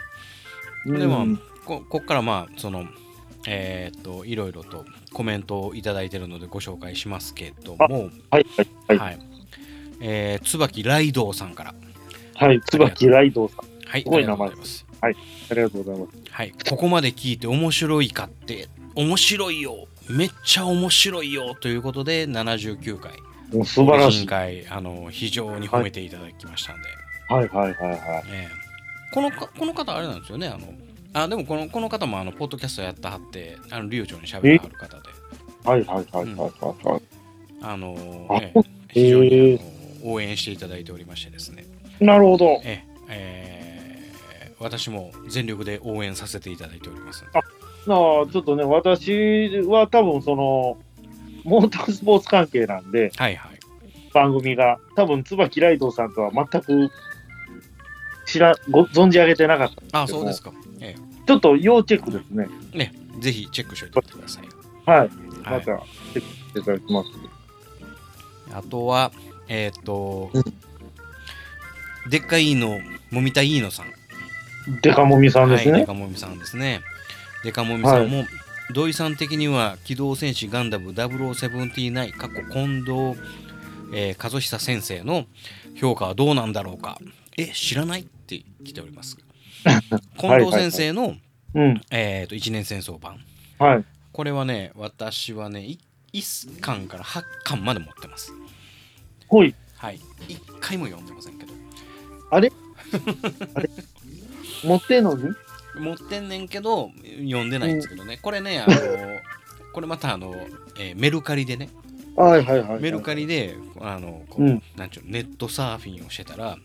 Speaker 2: うん
Speaker 1: でもここっからまあそのえーっといろいろとコメントをいただいてるのでご紹介しますけども
Speaker 2: はい、はい、はい。
Speaker 1: はいえー、椿ライドウさんから
Speaker 2: はい、椿ライドさん。
Speaker 1: はい
Speaker 2: すごい
Speaker 1: ありがとう
Speaker 2: 名前
Speaker 1: ございます
Speaker 2: ありがとうございます。
Speaker 1: はい、ここまで聞いて面白いかって面白いよめっちゃ面白いよということで79回
Speaker 2: もう素晴らし
Speaker 1: 今
Speaker 2: い。
Speaker 1: 回あの非常に褒めていただきましたんで、
Speaker 2: はい、はい、はい、は
Speaker 1: ええこのかこの方あれなんですよねあのあでもこのこの方もあのポッドキャストやってはってあの流暢に喋ってはる方で
Speaker 2: い。はい、はい、はい、はい、はいは
Speaker 1: あの
Speaker 2: あ
Speaker 1: ええ非常
Speaker 2: へ
Speaker 1: に
Speaker 2: え
Speaker 1: あの応援していただいておりましてですね
Speaker 2: い。なるほど。
Speaker 1: ええええ私も全力で応援させていただいておりますので
Speaker 2: あなあ、ちょっとね、私は多分その、モータースポーツ関係なんで、
Speaker 1: はいはい
Speaker 2: 番組が、多分椿ライドさんとは全く知ら、ご存じ上げてなかったんですけど
Speaker 1: あそうですかえ
Speaker 2: ちょっと要チェックですね。
Speaker 1: えねぜひチェックしておいてください、
Speaker 2: はい。
Speaker 1: は
Speaker 2: ま
Speaker 1: い
Speaker 2: た、チェックしていただきます。
Speaker 1: あとはえーっと
Speaker 2: うん
Speaker 1: でっかいのもみたいいのさん
Speaker 2: デカモミさんです
Speaker 1: はい、デ
Speaker 2: ね。
Speaker 1: カモミさんですね。デカモミさんも、土井さん的には、機動戦士ガンダム0079、過去近藤、えー和久先生の評価はどうなんだろうか。え、知らないって来ており ます。近藤先生の、
Speaker 2: うん。
Speaker 1: えーと一年戦争版。
Speaker 2: はい。
Speaker 1: これはね、私はね、い1巻から8巻まで持ってます。
Speaker 2: ほい。
Speaker 1: はい。1回も読んでませんけど。
Speaker 2: 持ってんのに
Speaker 1: 持ってんねんけど読んでないんですけどね、これねあのこれまたあの、えーメルカリでね
Speaker 2: はいはいはいはい。
Speaker 1: メルカ
Speaker 2: リ。
Speaker 1: リであのこう、
Speaker 2: うん
Speaker 1: なんちゅうのネットサーフィンをしてたら、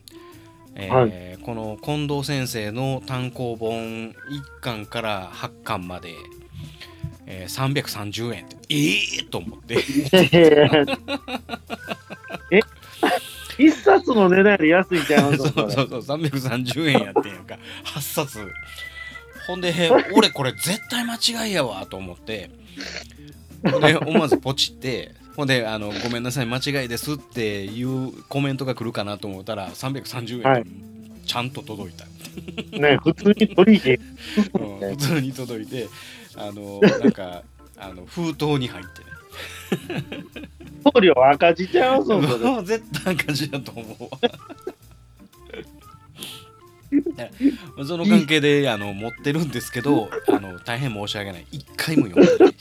Speaker 1: えー
Speaker 2: は
Speaker 1: この近藤先生の単行本1巻から8巻まで、えー330円ってええー、と思って
Speaker 2: え一冊の値段より安いんちゃいま
Speaker 1: そう
Speaker 2: す
Speaker 1: そうそう330円やってんやんか8冊ほんで俺これ絶対間違いやわと思ってで思わずポチってほんであの「ごめんなさい間違いです」っていうコメントが来るかなと思ったら330円、
Speaker 2: はい
Speaker 1: ちゃんと届いた、
Speaker 2: ね、普通に取引。
Speaker 1: うん普通に届いてあのなんかあの封筒に入ってね
Speaker 2: 送料赤字ちゃいま すもんそれ
Speaker 1: もう絶対赤字だと思うわその関係であの持ってるんですけどあの大変申し訳ない一回も読んでない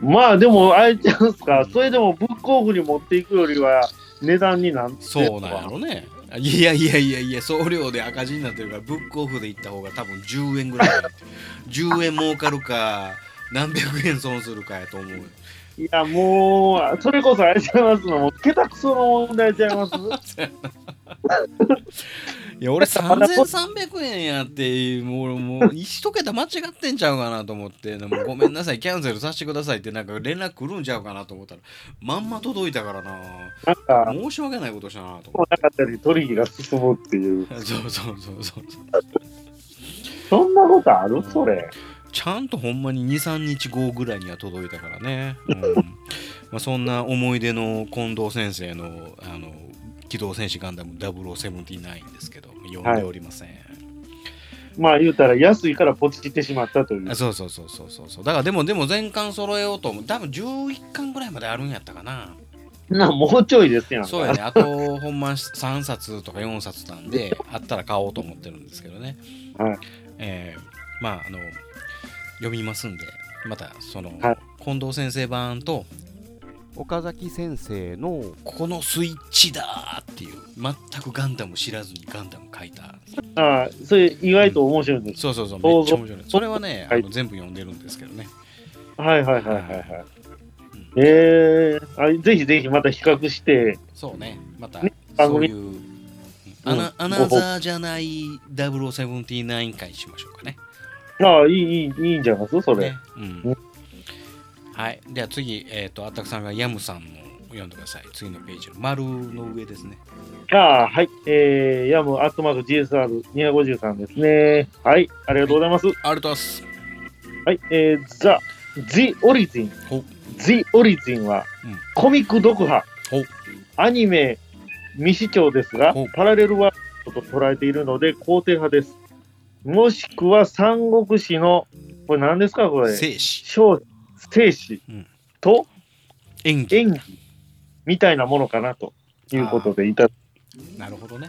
Speaker 2: まあでも、あれちゃうんすか、それでもブックオフに持っていくよりは、値段になん
Speaker 1: そうなんやろねいやいやいやいや送料で赤字になってるからブックオフで行った方が多分10円ぐらい10円儲かるか何百円損するかやと思う
Speaker 2: いや、もう、それこそあれちゃいますの、もう、桁くその問題ちゃいます。
Speaker 1: いや俺3300円やってもう もう一桁間違ってんちゃうかなと思ってでもごめんなさいキャンセルさせてくださいってなんか連絡来るんちゃうかなと思ったらまんま届いたからな
Speaker 2: なんか、
Speaker 1: 申し訳ないことしたなと
Speaker 2: も
Speaker 1: 思
Speaker 2: うなかったり、取引が進むっていう。
Speaker 1: って そうそうそうそう
Speaker 2: そんなことあるそれ。
Speaker 1: ちゃんとほんまに23日後ぐらいには届いたからね、うんまあ、そんな思い出の近藤先生の「あの機動戦士ガンダム0079」ですけど読んでおりません、
Speaker 2: まあ、言うたら、安いからポチってしまったという
Speaker 1: あ。そうそうそうそうそうそうだからでもでも全巻揃えようと思う多分11巻ぐらいまであるんやったかな
Speaker 2: なもうちょいですやんか。
Speaker 1: そうやねあとほんま3冊とか4冊なん であったら買おうと思ってるんですけどね
Speaker 2: はい
Speaker 1: えーまああの読みますんでまたその、
Speaker 2: はい
Speaker 1: 近藤先生版と
Speaker 6: 岡崎先生の
Speaker 1: このスイッチだーっていう全くガンダム知らずにガンダム書いた
Speaker 2: あそれ、意外と面白いんです。
Speaker 1: そうそうそうめ
Speaker 2: 想
Speaker 1: っちゃ
Speaker 2: 像
Speaker 1: 面白いそれはね、
Speaker 2: はい
Speaker 1: あの全部読んでるんですけどね
Speaker 2: はいはいはいはいはい。えー、あぜひぜひまた比較して、
Speaker 1: そうねまた
Speaker 2: ね番
Speaker 1: そう
Speaker 2: 組
Speaker 1: いうアナ,、アナザーじゃない0079回しましょうかね
Speaker 2: ああ、いい、いい、いいんじゃないですか、それ。
Speaker 1: ね、う、
Speaker 2: うん
Speaker 1: はいでは次えっ、とあったくさんがヤムさんの読んでください次のページの丸の上ですね
Speaker 2: ああ、はい。えー、ヤムアットマーク GSR253 ですね。はい、ありがとうございます。
Speaker 1: ありがとうございます
Speaker 2: はい、えー、ザ・ジ・オリジン
Speaker 1: ほ。
Speaker 2: ジ・オリジンは、
Speaker 1: うん
Speaker 2: コミック読破
Speaker 1: ほ、
Speaker 2: アニメ未視聴ですが
Speaker 1: ほ、
Speaker 2: パラレルワールドと捉えているので、肯定派です。もしくは、三国志の、これ何ですか、これ。
Speaker 1: 生死
Speaker 2: 小生死
Speaker 1: うん
Speaker 2: と
Speaker 1: 演技
Speaker 2: 演技みたいなものかなということでいた。
Speaker 1: なるほどね、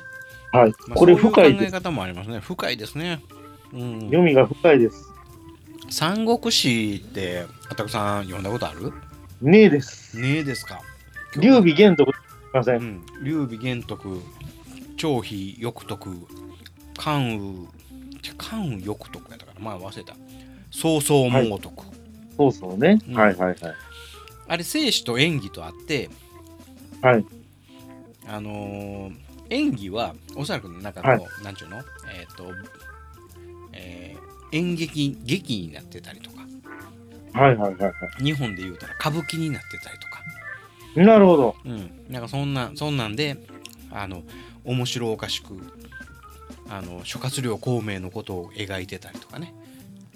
Speaker 2: はい、
Speaker 1: まあ
Speaker 2: これ深
Speaker 1: そ
Speaker 2: い
Speaker 1: ういう
Speaker 2: です。
Speaker 1: 考え方もありますね深いですねうん
Speaker 2: 読みが深いです。
Speaker 1: 三国志ってあたくさん読んだことある
Speaker 2: ねえです。
Speaker 1: ねえですか
Speaker 2: 劉備玄徳すいませ。
Speaker 1: うんん、劉備玄徳張飛翼徳関羽ちゃ関羽翼徳やったからまあ忘れた曹操猛徳、
Speaker 2: そうそうね
Speaker 1: う。ん
Speaker 2: はいはいはい。
Speaker 1: あれ生死と演技とあって
Speaker 2: はい
Speaker 1: あのー演技はおそらくなんかこう、
Speaker 2: はい
Speaker 1: なんちゅうのえっ、と、えー演劇劇になってたりとか
Speaker 2: はいはいはいは
Speaker 1: 日本で言うたら歌舞伎になってたりとか
Speaker 2: い。なるほど。
Speaker 1: うん、なんかそんなそんなんであの面白おかしくあの諸葛亮孔明のことを描いてたりとかね、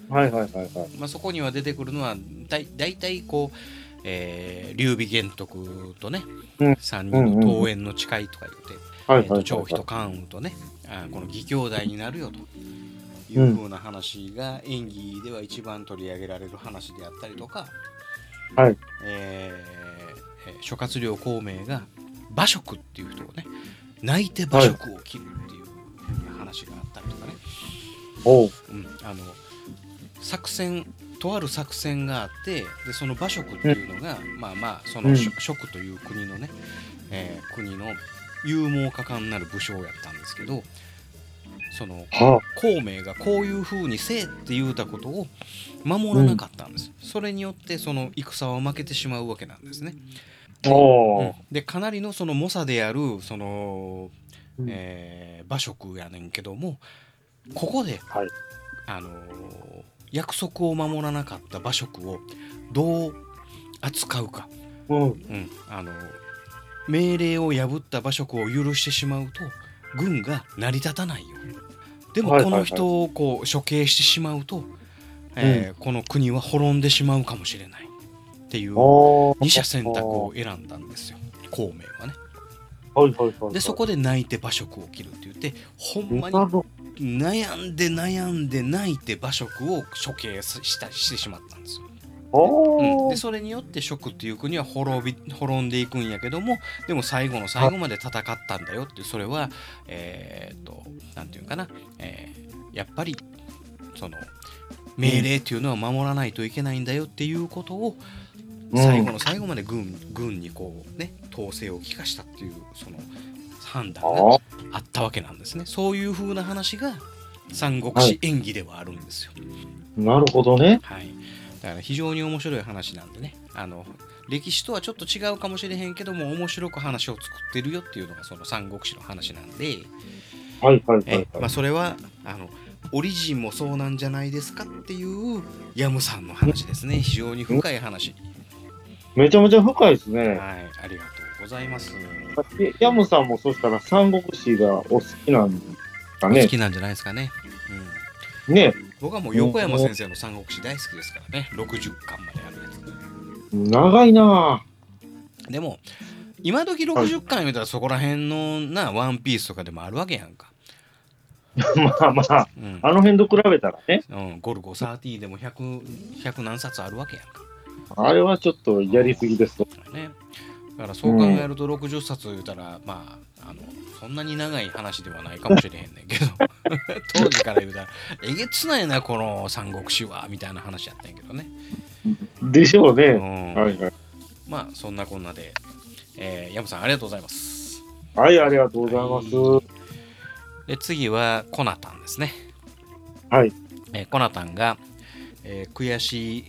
Speaker 2: はいはいはいはい。
Speaker 1: まあ、そこには出てくるのはだい大体こう、えー劉備玄徳とね、
Speaker 2: うん
Speaker 1: 三3人の桃園の誓いとか言って、
Speaker 2: はい
Speaker 1: えー
Speaker 2: はいは
Speaker 1: と
Speaker 2: い
Speaker 1: 張飛と関羽とねあーこの義兄弟になるよと。いうふうな話が演技では一番取り上げられる話であったりとか、
Speaker 2: はい
Speaker 1: えーえー諸葛亮孔明が馬謖っていう人をね泣いて馬謖を切るっていうふうな話があったりとかね、
Speaker 2: おう
Speaker 1: うん、あの作戦とある作戦があってでその馬謖っていうのが、まあまあその
Speaker 2: うん
Speaker 1: 諸蜀という国のね、えー国の勇猛果敢なる武将やったんですけどその
Speaker 2: は
Speaker 1: 孔明がこういうふうにせえって言うたことを守らなかったんです、それによってその戦は負けてしまうわけなんですね、
Speaker 2: あ。おう
Speaker 1: でかなりのその猛者であるその、
Speaker 2: うん
Speaker 1: えー馬謖やねんけどもここで、
Speaker 2: はい
Speaker 1: あのー約束を守らなかった馬謖をどう扱うか、
Speaker 2: うん。
Speaker 1: うんあのー命令を破った馬謖を許してしまうと軍が成り立たないよでも
Speaker 2: はい
Speaker 1: こ
Speaker 2: はいは
Speaker 1: の
Speaker 2: い
Speaker 1: 人をこう処刑してしまうと、えーこの国は滅んでしまうかもしれないっていう
Speaker 2: おう
Speaker 1: 二者選択を。選んだんですよ孔明はね
Speaker 2: はいはいはいはい。
Speaker 1: でそこで泣いて馬謖を切るって言ってほんま
Speaker 2: な
Speaker 1: に
Speaker 2: るほ
Speaker 1: 悩んで悩んで泣いて馬謖を処刑したしてしまったんですよ、
Speaker 2: ど。
Speaker 1: うん、
Speaker 2: お
Speaker 1: で
Speaker 2: う
Speaker 1: それによって蜀っていう国は滅び滅んでいくんやけどもでも最後の最後まで戦ったんだよってそれはえーっとなんていうかな、えーやっぱりその命令っていうのは守らないといけないんだよっていうことを
Speaker 2: うん
Speaker 1: 最後の最後まで軍軍にこうね統制を利かしたっていうその判断が
Speaker 2: あ
Speaker 1: あったわけなんですね。そういう風な話が三国志演義ではあるんですよ。
Speaker 2: あ、なるほどね。
Speaker 1: はい、だから非常に面白い話なんでねあの歴史とはちょっと違うかもしれへんけども面白く話を作ってるよっていうのがその三国志の話なんで、
Speaker 2: はいはいはい、は
Speaker 1: え
Speaker 2: い。
Speaker 1: まあ、それはあのオリジンもそうなんじゃないですかっていうヤムさんの話ですね非常に深い話
Speaker 2: めちゃめちゃ深いですね。
Speaker 1: はいありがとうございます
Speaker 2: えヤムさんもそしたら三国志がお好きなんだ
Speaker 1: 好
Speaker 2: ね。
Speaker 1: きなんじゃないですかね、うん、
Speaker 2: ね。
Speaker 1: 僕はもう横山先生の三国志大好きですからね60巻まであるやつ
Speaker 2: 長いな
Speaker 1: でも今時60巻見たらそこら辺のなワンピースとかでもあるわけやんか。
Speaker 2: ぁまあまあ、
Speaker 1: うん
Speaker 2: あの辺と比べたらね。
Speaker 1: うん、ゴルゴ13でも 100, 100何冊あるわけやんか。
Speaker 2: あれはちょっとやりすぎですと。
Speaker 1: ね、だからそう考えると60冊言うたら、まああのそんなに長い話ではないかもしれへんねんけど 当時から言うたらえげつないなこの三国志はみたいな話やったんやけどね。
Speaker 2: でしょう
Speaker 1: う
Speaker 2: ね。
Speaker 1: ん
Speaker 2: はいはい。
Speaker 1: まあそんなこんなで、えー、ヤムさんありがとうございます。
Speaker 2: はい、ありがとうございます。
Speaker 1: で次はコナタンですね。
Speaker 2: はい。
Speaker 1: えーコナタンが、えー悔しい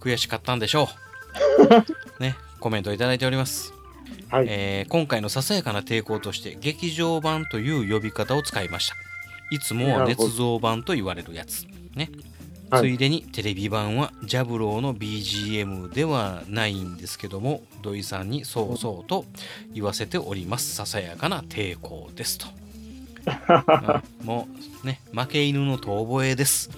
Speaker 1: 悔しかったんでしょ う。ね、コメントいただいております、
Speaker 2: はい
Speaker 1: えー今回のささやかな抵抗として劇場版という呼び方を使いました。いつもは捏造版と言われるやつ。ね。
Speaker 2: はい
Speaker 1: ついでにテレビ版はジャブローの BGM ではないんですけども土井さんにそうそうと言わせておりますささやかな抵抗ですと うんもうね負け犬の遠吠えです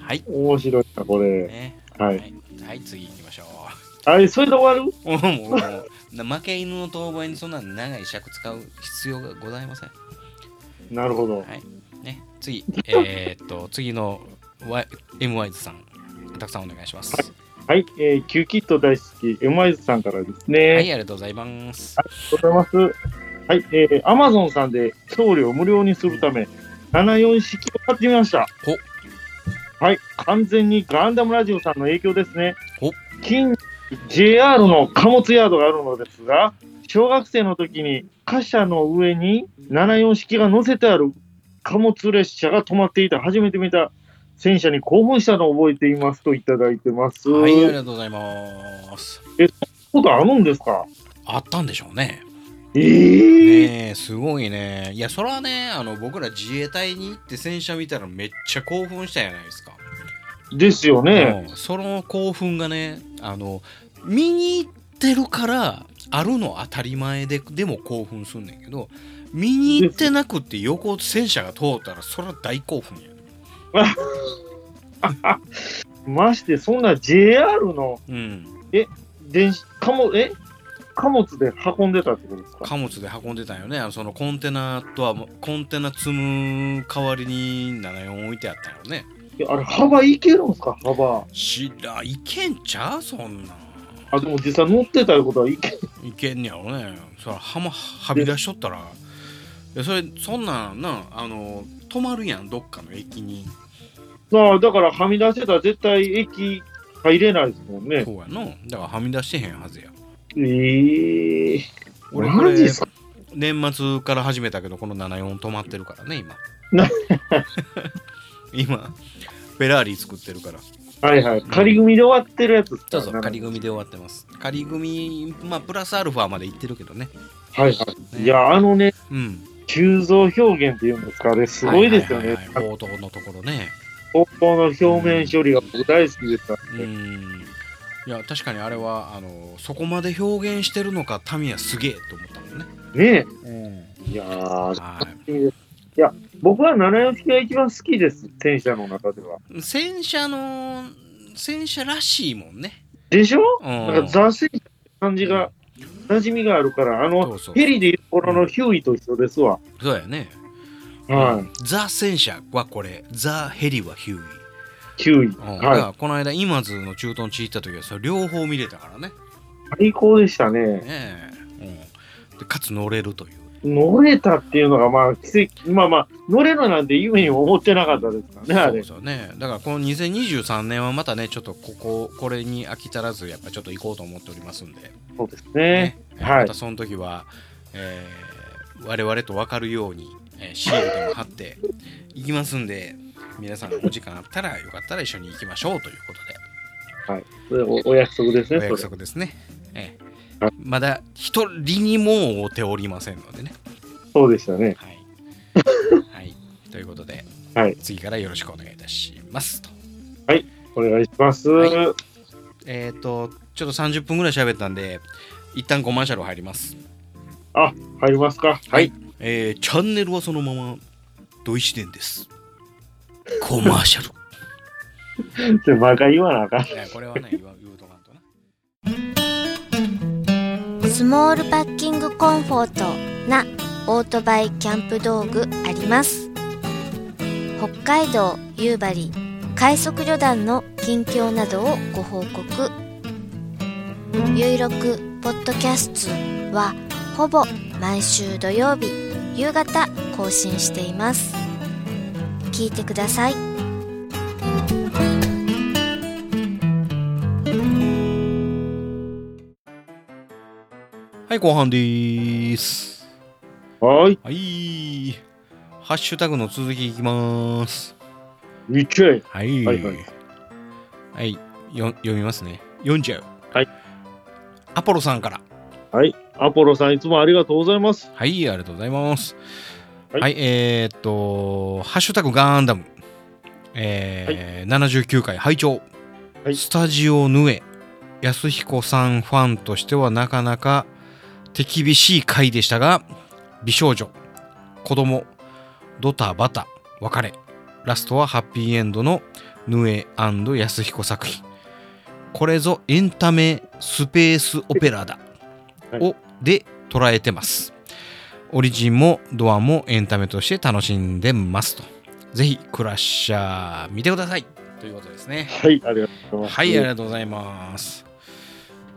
Speaker 1: はい、
Speaker 2: 面白いな、これ。
Speaker 1: ね
Speaker 2: は。
Speaker 1: はいいはい、次行きましょ
Speaker 2: はい、それで終わる
Speaker 1: うもうもうもう負け犬の遠吠えにそんな長い尺使う必要がございません
Speaker 2: なるほど。
Speaker 1: はい。ね、次、えーっと、次の Y- MY ズさん、たくさんお願いします。は
Speaker 2: はい、えー、キューキット大好き、エマイズさんからですね。
Speaker 1: い、ありがとうございます。
Speaker 2: ありがとうございます。はい、えー、アマゾンさんで送料無料にするため、74式を買ってみました。はい、完全にガンダムラジオさんの影響ですね。
Speaker 1: ほ
Speaker 2: 近 JR の貨物ヤードがあるのですが、小学生の時に貨車の上に74式が載せてある貨物列車が止まっていた、初めて見た戦車に興奮したのを覚えていますといただいてます。
Speaker 1: はい、あり
Speaker 2: そ
Speaker 1: がとうございます。
Speaker 2: うだ、あるんですか
Speaker 1: あったんでしょうね。
Speaker 2: えー、
Speaker 1: ねえ、すごいね。いや、それはね、あの、僕ら自衛隊に行って戦車見たらめっちゃ興奮したじゃないですか。
Speaker 2: ですよね。
Speaker 1: うんその興奮がね、あの、見に行ってるから、あるの当たり前ででも興奮すんねんけど見に行ってなくって横戦車が通ったらそれは大興奮や、
Speaker 2: まして、そんな JR の
Speaker 1: うん、
Speaker 2: 電子、貨物、え貨物で運んでたってことですか
Speaker 1: 貨物で運んでたんよねあのそのコンテナとはもコンテナ積む代わりに74置いてあったよね
Speaker 2: いやあれ、幅いけるんですか幅。
Speaker 1: 知らいけんちゃうそんなん
Speaker 2: あ、でも実際乗ってたいうことはいけ
Speaker 1: いけんねやろねそらはまはび出しとったらいやそれそんなんなあの止まるやんどっかの駅に
Speaker 2: なあ、だからはみ出してたら絶対駅入れないですもんね。
Speaker 1: そうやのだからはみ出してへんはずや
Speaker 2: ええ
Speaker 1: 俺こ
Speaker 2: マジ
Speaker 1: れ
Speaker 2: っすか
Speaker 1: 年末から始めたけどこの74止まってるからね 今
Speaker 2: な
Speaker 1: 今フェラーリ作ってるから
Speaker 2: はいはい。仮組で終わってるやつっす
Speaker 1: そ
Speaker 2: か
Speaker 1: うそう、仮
Speaker 2: はい
Speaker 1: 組で終わってます。仮組、まあ、プラスアルファまで行ってるけどね。
Speaker 2: はい。いや、あのね、
Speaker 1: うん。
Speaker 2: 急造表現っていうんですか、あれすごいですよね
Speaker 1: は。ははは冒頭のところね。
Speaker 2: 高校の表面処理が僕大好きでした。
Speaker 1: うん。いや、確かにあれは、あの、そこまで表現してるのか、タミヤすげえと思ったもんね。
Speaker 2: ね
Speaker 1: うん。
Speaker 2: え。いやー、
Speaker 1: はい
Speaker 2: 僕は74式が一番好きです、戦車の中では。
Speaker 1: い。戦車の、戦車らしいもんね。
Speaker 2: でしょ
Speaker 1: うん。
Speaker 2: なんかザ・戦車って感じが、馴染みがあるから、あの、
Speaker 1: そうそう。
Speaker 2: ヘリでいうところのヒューイと一緒ですわ。
Speaker 1: そうやね。
Speaker 2: は
Speaker 1: ザ戦車はこれ、ザヘリはヒューイ。
Speaker 2: い。ヒュー
Speaker 1: うん。
Speaker 2: イ。
Speaker 1: だから
Speaker 2: は
Speaker 1: この間、今津の駐屯地行った時は、それ両方見れたからね。
Speaker 2: い。最高でしたね。
Speaker 1: ねえ、うん、でかつ乗れるという
Speaker 2: 乗れたっていうのが、まあ、奇跡、まあまあ、乗れるなんて夢にも思ってなかったですからね、あ
Speaker 1: そう
Speaker 2: れ
Speaker 1: で。すよね。だからこの2023年はまたね、ちょっとここ、これに飽き足らず、やっぱちょっと行こうと思っておりますんで、
Speaker 2: そうですね。は
Speaker 1: ま
Speaker 2: い
Speaker 1: た。その時は、えー我々と分かるように、えーシールでも貼って行きますんで、皆さんお時間あったら、よかったら一緒に行きましょうということで。
Speaker 2: それおお約束ですね、
Speaker 1: お約
Speaker 2: それ。
Speaker 1: 束ですね。え
Speaker 2: は
Speaker 1: え
Speaker 2: い、
Speaker 1: まだ一人にも追っておりませんのでね。
Speaker 2: そうでしたね。
Speaker 1: はい。はい、ということで、
Speaker 2: はい
Speaker 1: 次からよろしくお願いいたしますと。
Speaker 2: お願いします。
Speaker 1: はいえっ、と、ちょっと30分ぐらい喋ったんで、一旦コマーシャル入ります。
Speaker 2: あ、入りますか。 はい。
Speaker 1: えーチャンネルはそのまま、ドイシデンです。コマーシャル。
Speaker 2: で、バカ言わなあかん。
Speaker 1: いやこれはね、言わ言うとかんとな。
Speaker 7: スモールパッキングコンフォートなオートバイキャンプ道具あります北海道夕張快速旅団の近況などをご報告「ゆいろくポッドキャスト」はほぼ毎週土曜日夕方更新しています聞いてください
Speaker 1: はい、後半でーす。
Speaker 2: はい。
Speaker 1: はい。ハッシュタグの続きいきまーす。
Speaker 2: いけい。
Speaker 1: はい。
Speaker 2: はいはい
Speaker 1: はいよ読みますね。読んじゃう。
Speaker 2: はい。
Speaker 1: アポロさんから。
Speaker 2: はい。アポロさん、いつもありがとうございます。
Speaker 1: はい、ありがとうございます。は、
Speaker 2: はいい
Speaker 1: えーっと、ハッシュタグガンダム。えー79回拝聴、
Speaker 2: はい
Speaker 1: スタジオヌエ安彦さんファンとしてはなかなか手厳しい回でしたが美少女子供ドタバタ別れラストはハッピーエンドのヌエ安彦作品これぞエンタメスペースオペラだ、
Speaker 2: はい
Speaker 1: をで捉えてますオリジンもドアもエンタメとして楽しんでますとぜひクラッシャー見てくださいということですね
Speaker 2: はい。ありがとうございます。
Speaker 1: はいありがとうございます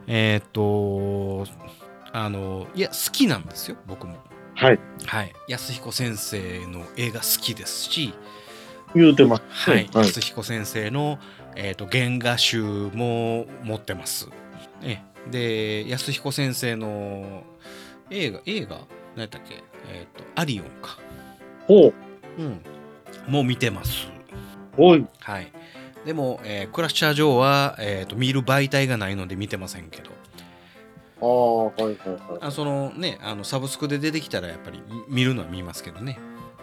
Speaker 1: えーっとあのいや好きなんですよ僕も
Speaker 2: はい。
Speaker 1: はい安彦先生の映画好きですし
Speaker 2: 言うてます。
Speaker 1: はい、
Speaker 2: はい
Speaker 1: 安彦先生の、えー、と原画集も持ってます。ええで安彦先生の映画映画何やったっけ、えー、とアリオンか、
Speaker 2: ほう。
Speaker 1: うん、もう見てます。
Speaker 2: おい。
Speaker 1: はい、でも、えークラッシャー・ジョーは、えー、と見る媒体がないので見てませんけど
Speaker 2: ああ、はいはいはい。
Speaker 1: あその、ね、あのサブスクで出てきたらやっぱりみ見るのは見ますけどね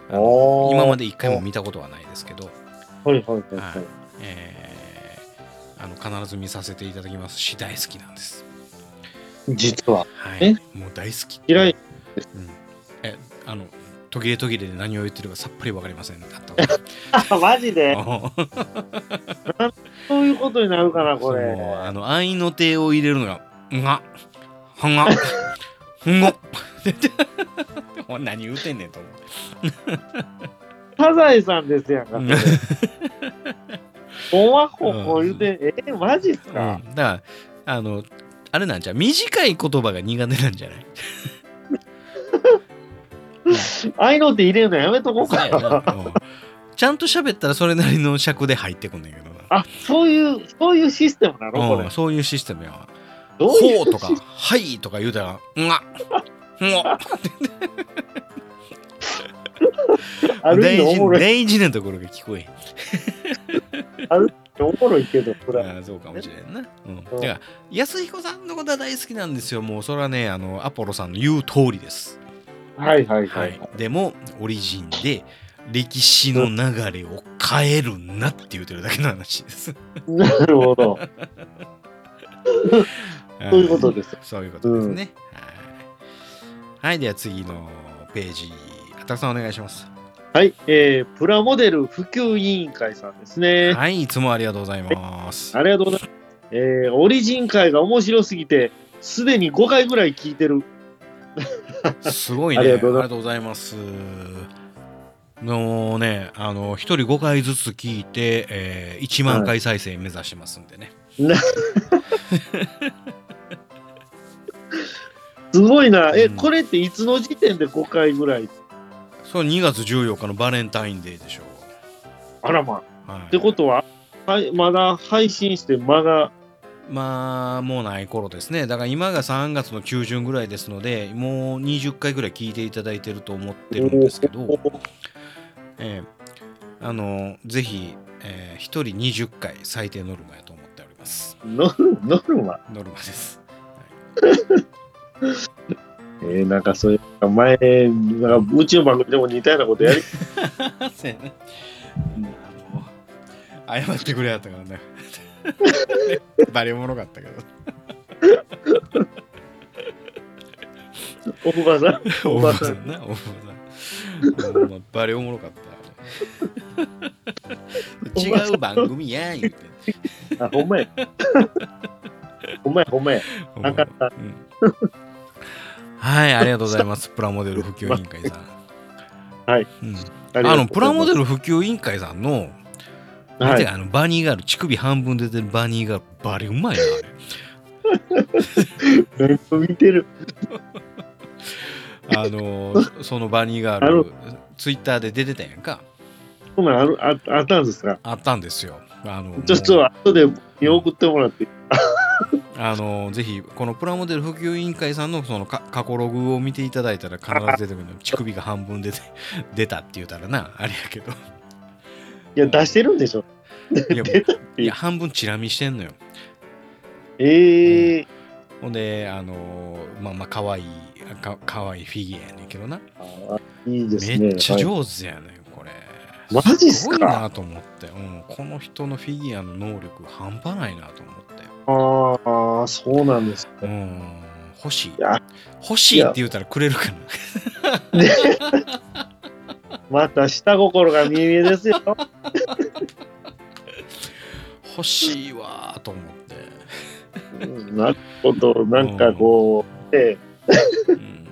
Speaker 1: あ
Speaker 2: あ
Speaker 1: の
Speaker 2: ー
Speaker 1: 今まで一回も見たことはないですけど。
Speaker 2: はいはいはい
Speaker 1: は
Speaker 2: はいい。
Speaker 1: えーあの必ず見させていただきますし大好きなんです。
Speaker 2: 実は。
Speaker 1: は
Speaker 2: え
Speaker 1: い、もう大好き。
Speaker 2: 嫌い。
Speaker 1: うん、えあの途切れ途切れで何を言ってるかさっぱりわかりませんだった
Speaker 2: あ、 マジで
Speaker 1: わ。
Speaker 2: そういうことになるかな、これ。
Speaker 1: もうあの愛の手を入れるのがんがはがんご もう何言うてんねんと思う。
Speaker 2: サザエさんですやんか。
Speaker 1: う
Speaker 2: そ
Speaker 1: ん
Speaker 2: れほわほほ言うて、え、マジっす
Speaker 1: うん、だ
Speaker 2: か
Speaker 1: からあのあれなんじゃう短い言葉が苦手なんじゃない
Speaker 2: 愛の手入れるのやめとこう
Speaker 1: そうやな
Speaker 2: か。
Speaker 1: うんちゃんと喋ったらそれなりの尺で入ってくんねんけどな。
Speaker 2: あ、そういう、そういうシステムなのこ
Speaker 1: う
Speaker 2: れ
Speaker 1: ん、。そういうシステムやわ。
Speaker 2: どうい
Speaker 1: ほ
Speaker 2: う
Speaker 1: うとか、はいとか言うたら、うんが、
Speaker 2: あ
Speaker 1: うん、
Speaker 2: る
Speaker 1: 大
Speaker 2: 意味お
Speaker 1: 事
Speaker 2: もろい、
Speaker 1: 大事なところが聞こえへん。
Speaker 2: おもろいけど、こ
Speaker 1: あ
Speaker 2: れ。
Speaker 1: ーそうかもしれんな。うん。だ
Speaker 2: うん
Speaker 1: から、安彦さんのことは大好きなんですよ。もう、それはね、あの、アポロさんの言う通りです。
Speaker 2: はいはいは
Speaker 1: はいい。。でも、オリジンで、歴史の流れを変えるなって言うてるだけの話です。
Speaker 2: なるほど。 そういうことです。
Speaker 1: そういうことですね。はい。はい、では次のページ、あたくさんお願いします。
Speaker 2: はい。えー、プラモデル普及委員会さんですね。
Speaker 1: はい、いつもありがとうございます。
Speaker 2: ありがとうございます。えー、オリジン会が面白すぎて、すでに5回ぐらい聞いてる。
Speaker 1: すごいね。あ
Speaker 2: あ
Speaker 1: り
Speaker 2: り
Speaker 1: が
Speaker 2: が
Speaker 1: と
Speaker 2: と
Speaker 1: う
Speaker 2: うご
Speaker 1: ございます。もうね、あの、一人5回ずつ聞いて、えー1万回再生目指してますんでね。
Speaker 2: なすすごいな。え、
Speaker 1: うん
Speaker 2: これっていつの時点で5回ぐらい
Speaker 1: それ2月14日のバレンタインデーでしょ
Speaker 2: あらま。
Speaker 1: う、はい、
Speaker 2: ってことは、はい、まだ配信して、まだ、
Speaker 1: まあもうない頃ですねだから今が3月の中旬ぐらいですのでもう20回ぐらい聞いていただいてると思ってるんですけど、ええあのぜひ、えー、1人20回最低ノルマやと思っております
Speaker 2: ノルノルマ。
Speaker 1: ノルマです
Speaker 2: えーなんかそういう、前、なんか宇宙番組でも似たようなこ とやり、
Speaker 1: せやねあの謝ってくれやったからね バレおもろかったけど
Speaker 2: おばさん。
Speaker 1: お
Speaker 2: お
Speaker 1: ば
Speaker 2: ば
Speaker 1: さ
Speaker 2: さ
Speaker 1: ん
Speaker 2: ん
Speaker 1: なおばさんほんまバレおもろかった
Speaker 2: おば
Speaker 1: 違う番組やん言 って
Speaker 2: あ、ほん まや。ほんまや、ほんまや。
Speaker 1: わかった、はいありがとうございますプラモデル普及委員会さん
Speaker 2: はい、
Speaker 1: うん、
Speaker 2: ありが
Speaker 1: あ
Speaker 2: とうございま
Speaker 1: の
Speaker 2: す
Speaker 1: プラモデル普及委員会さんの,、
Speaker 2: は
Speaker 1: て
Speaker 2: い
Speaker 1: か。あのバニーガール乳首半分出てるバニーガールバリうまいなあれ
Speaker 2: めっちゃ見てる。
Speaker 1: あの ーそのバニーガールツイッターで出てたやんか
Speaker 2: そんなんあるああったんですか
Speaker 1: あったんですよあの
Speaker 2: ちょっと後で見送ってもらって。
Speaker 1: あのぜひこのプラモデル普及委員会さんのそのか過去ログを見ていただいたら必ず出てくるの 乳首が半分出て 出たって言うたらなあれやけ ど
Speaker 2: いや、出してるんでしょ。
Speaker 1: いやもういや半分チラ見してんのよ
Speaker 2: ええ
Speaker 1: ほんであのーまあまあ可愛いか可愛いフィギュアやねんけどな
Speaker 2: あいいですね。
Speaker 1: めっちゃ
Speaker 2: はい
Speaker 1: 上手やねん、これ
Speaker 2: マジっすか
Speaker 1: ごいなと思って、うん、この人のフィギュアの能力半端ないなと思って
Speaker 2: ああ、そうなんです。
Speaker 1: うん欲しい
Speaker 2: や
Speaker 1: 欲しいって言うたらくれるかな
Speaker 2: また下心が見え見えですよ。
Speaker 1: 欲しいわーと思って
Speaker 2: うんなるほど。なんかこう、え
Speaker 1: うん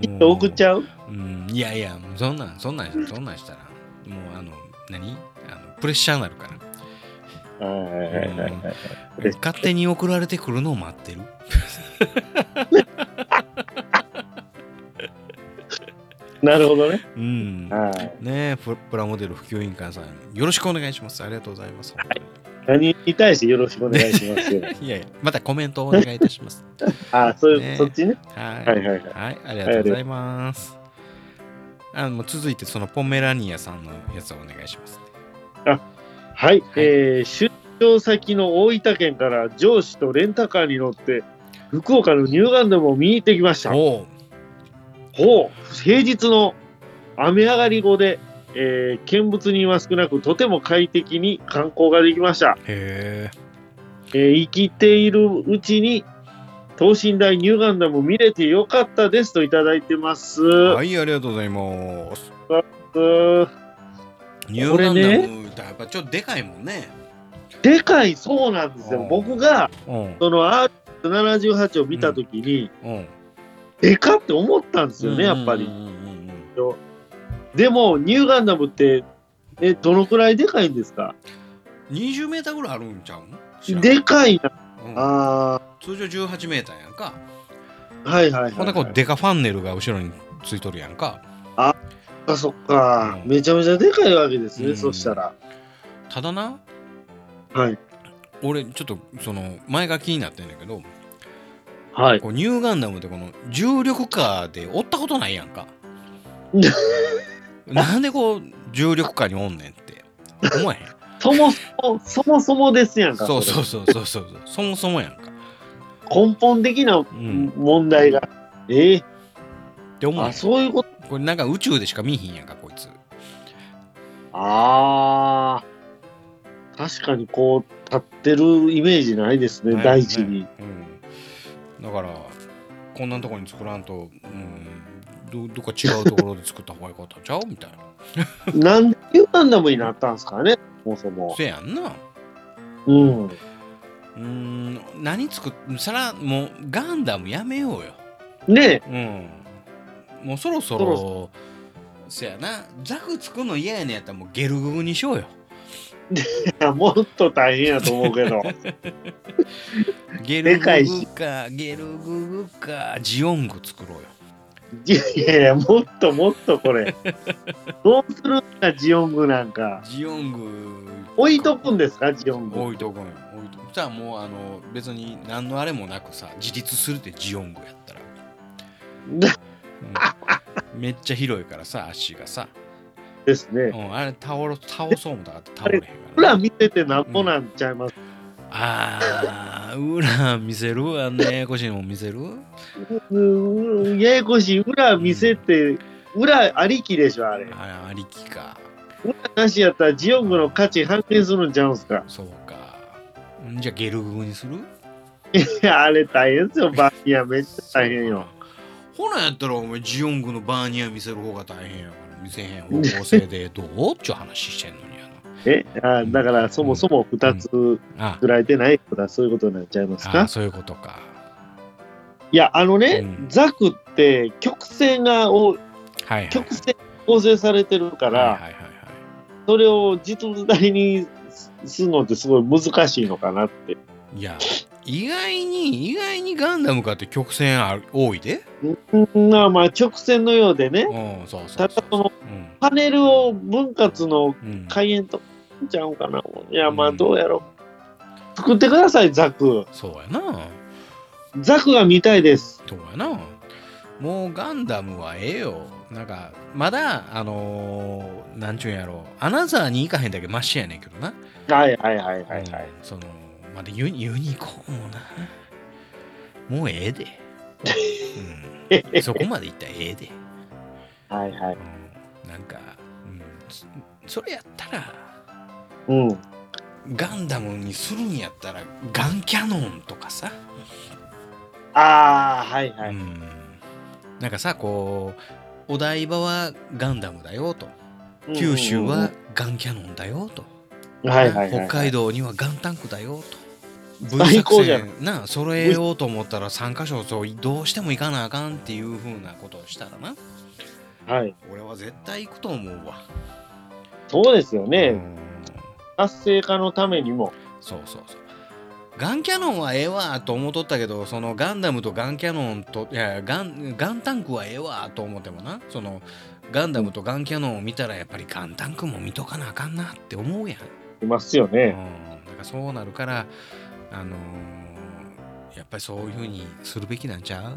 Speaker 2: え きっと送っちゃう
Speaker 1: うん、いやいや、そんなん、そんなん、そんなんしたら、もう、あの、何あのプレッシャーになるから。
Speaker 2: はいはいはいはい。プレッシャー
Speaker 1: 勝手に送られてくるのを待ってる。
Speaker 2: なるほどね。
Speaker 1: うん。ね
Speaker 2: はい。
Speaker 1: えププラモデル普及委員会さん、よろしくお願いします。ありがとうございます。
Speaker 2: 何に対してよろしくお願いし ますよ。
Speaker 1: いやいや、またコメントをお願いいたします。
Speaker 2: ああ、そういう、
Speaker 1: ね
Speaker 2: そっちね。
Speaker 1: はい。
Speaker 2: はいはいは
Speaker 1: は
Speaker 2: い。
Speaker 1: い、ありがとうございます。あの続いて、そのポメラニアさんのやつをお願いします。
Speaker 2: はい、えー出張先の大分県から上司とレンタカーに乗って福岡の乳がんでも見に行ってきました。ほ
Speaker 1: おう
Speaker 2: う平日の雨上がり後で、えー見物人は少なくとても快適に観光ができました。
Speaker 1: へえ。
Speaker 2: えー生きているうちに等身大乳がんでも見れてよかったですといただいてます。
Speaker 1: はい、ありがとうございます。
Speaker 2: うー
Speaker 1: ニューガンダム、やっぱちょっとでかいもんね。
Speaker 2: でかいそうなんですよ。僕が
Speaker 1: うん。
Speaker 2: その R78 を見たときに、
Speaker 1: うん。
Speaker 2: でかって思ったんですよね、やっぱり。
Speaker 1: うんうんうんうん
Speaker 2: でも、ニューガンダムって、え、どのくらいでかいんですか
Speaker 1: 20メーターぐらいあるんちゃう知らん
Speaker 2: でかいな。
Speaker 1: うん
Speaker 2: あ
Speaker 1: 通常18メーターやんか。
Speaker 2: あ、はいはいはい、はい。
Speaker 1: ほんでこうデカファンネルが後ろについとるやんか。
Speaker 2: そっかそっか、
Speaker 1: うん
Speaker 2: めちゃめちゃでかいわけですね、
Speaker 1: うん
Speaker 2: そしたら。
Speaker 1: ただな、
Speaker 2: はい。
Speaker 1: 俺ちょっとその前が気になってんだけど、
Speaker 2: はい。
Speaker 1: こうニューガンダムってこの重力カーで追ったことないやん か。なんでこう重力カーにおんねんって思えへん。
Speaker 2: そもそも、そもそもですやんか。。
Speaker 1: そうそううそうそうそうそう。そもそもやんか。
Speaker 2: 根本的な
Speaker 1: うん
Speaker 2: 問題が。えー
Speaker 1: って思う
Speaker 2: あ、そういうこと。
Speaker 1: これなんか宇宙でしか見ひんやんかこいつ。
Speaker 2: ああ。確かにこう、立ってるイメージないですね、大地に。
Speaker 1: うん、だからこんなとこに作らんと、うん、どどっか違うところで作った方がよかったんちゃうみたいな
Speaker 2: なんでニューガンダムになったんですかね、そもそも。
Speaker 1: せやんな
Speaker 2: うん。
Speaker 1: うん何作っそらもうガンダムやめようよ
Speaker 2: ねえ。
Speaker 1: うんもうそろそ
Speaker 2: そろ
Speaker 1: ろせやなザク作るの嫌やねんやったらもうゲルググにしようよ
Speaker 2: いやもっと大変やと思 うけど
Speaker 1: ゲル
Speaker 2: で
Speaker 1: グ
Speaker 2: かい
Speaker 1: グ
Speaker 2: し
Speaker 1: かゲルググかジオング作ろうよ
Speaker 2: いやいやいやもっともっとこれどうするんだジオングなんか
Speaker 1: ジオング
Speaker 2: 置いとくんですかジオング
Speaker 1: 置いとくのよ置いとくじゃあもうあの別に何のあれもなくさ自立するってジオングや ったら、うんめっちゃ広いからさ足がさ、
Speaker 2: です
Speaker 1: う
Speaker 2: ね
Speaker 1: ん、あれ倒ろ倒そうもだって倒れへんから
Speaker 2: 裏見ててなんぼなんちゃいます、
Speaker 1: あー裏見せるあんなややこしいのも見せる
Speaker 2: うーんややこしい裏見せて裏ありきでしょあれ
Speaker 1: あありきか
Speaker 2: なしやったらジオングの価値半減するんちゃうんすか
Speaker 1: そうかんじゃあゲルググにする
Speaker 2: いやあれ大変ですよバーニアめっちゃ大変よ
Speaker 1: ほなやったらお前ジオングのバーニア見せる方が大変やから見せへん方向性でどうっちゅう話してんのにや
Speaker 2: えあだからそもそも2つ
Speaker 1: なあ
Speaker 2: 売られてないとかそういうことになっちゃいます
Speaker 1: あ
Speaker 2: か
Speaker 1: ーそういうことか
Speaker 2: いやあのね、
Speaker 1: うん
Speaker 2: ザクって曲線がお
Speaker 1: はいはい
Speaker 2: 曲線構成されてるから、
Speaker 1: はいはいはいはい
Speaker 2: それを実物大にするのってすごい難しいのかなって
Speaker 1: いや意外に意外にガンダムかって曲線ある多いで
Speaker 2: うんまあまあ直線のようでね
Speaker 1: うんそうそ
Speaker 2: た
Speaker 1: う
Speaker 2: だ
Speaker 1: そう
Speaker 2: その
Speaker 1: うん
Speaker 2: パネルを分割の
Speaker 1: うん
Speaker 2: 開演とかちゃうかないやま
Speaker 1: う
Speaker 2: あ
Speaker 1: ん
Speaker 2: どうやろう作ってくださいザク
Speaker 1: そうやな
Speaker 2: ザクが見たいです
Speaker 1: そうやなもうガンダムはええよなんかまだあのー、なんちゅうんやろアナザーに行かへんだけマシやねんけどな
Speaker 2: はいはいはいはいはい、
Speaker 1: うんそのまだユニユニコーンもなもうええで、 うん、そこまでいったらええで、
Speaker 2: はいはい
Speaker 1: うん、なんか、うん、そそれやったら
Speaker 2: うん
Speaker 1: ガンダムにするんやったらガンキャノンとかさ、
Speaker 2: ああはいは
Speaker 1: う
Speaker 2: い
Speaker 1: ん、なんかさこうお台場はガンダムだよと九州はガンキャノンだよと、
Speaker 2: うんはいはいは
Speaker 1: 北
Speaker 2: い
Speaker 1: 海道にはガンタンクだよと。
Speaker 2: 最高じゃん
Speaker 1: V 作戦なあ揃えようと思ったら3箇所そうどうしても行かなあかんっていうふうなことをしたらな
Speaker 2: はい
Speaker 1: 俺は絶対行くと思うわ
Speaker 2: そうですよね、
Speaker 1: うん
Speaker 2: 活性化のためにも
Speaker 1: そうそうそうガンキャノンはええわと思っとったけどそのガンダムとガンキャノンといやガンガンタンクはええわと思ってもなそのガンダムとガンキャノンを見たらやっぱりガンタンクも見とかなあかんなって思うやん
Speaker 2: いますよね、
Speaker 1: うん、だからそうなるから、あのーやっぱりそういうふうにするべきなんちゃ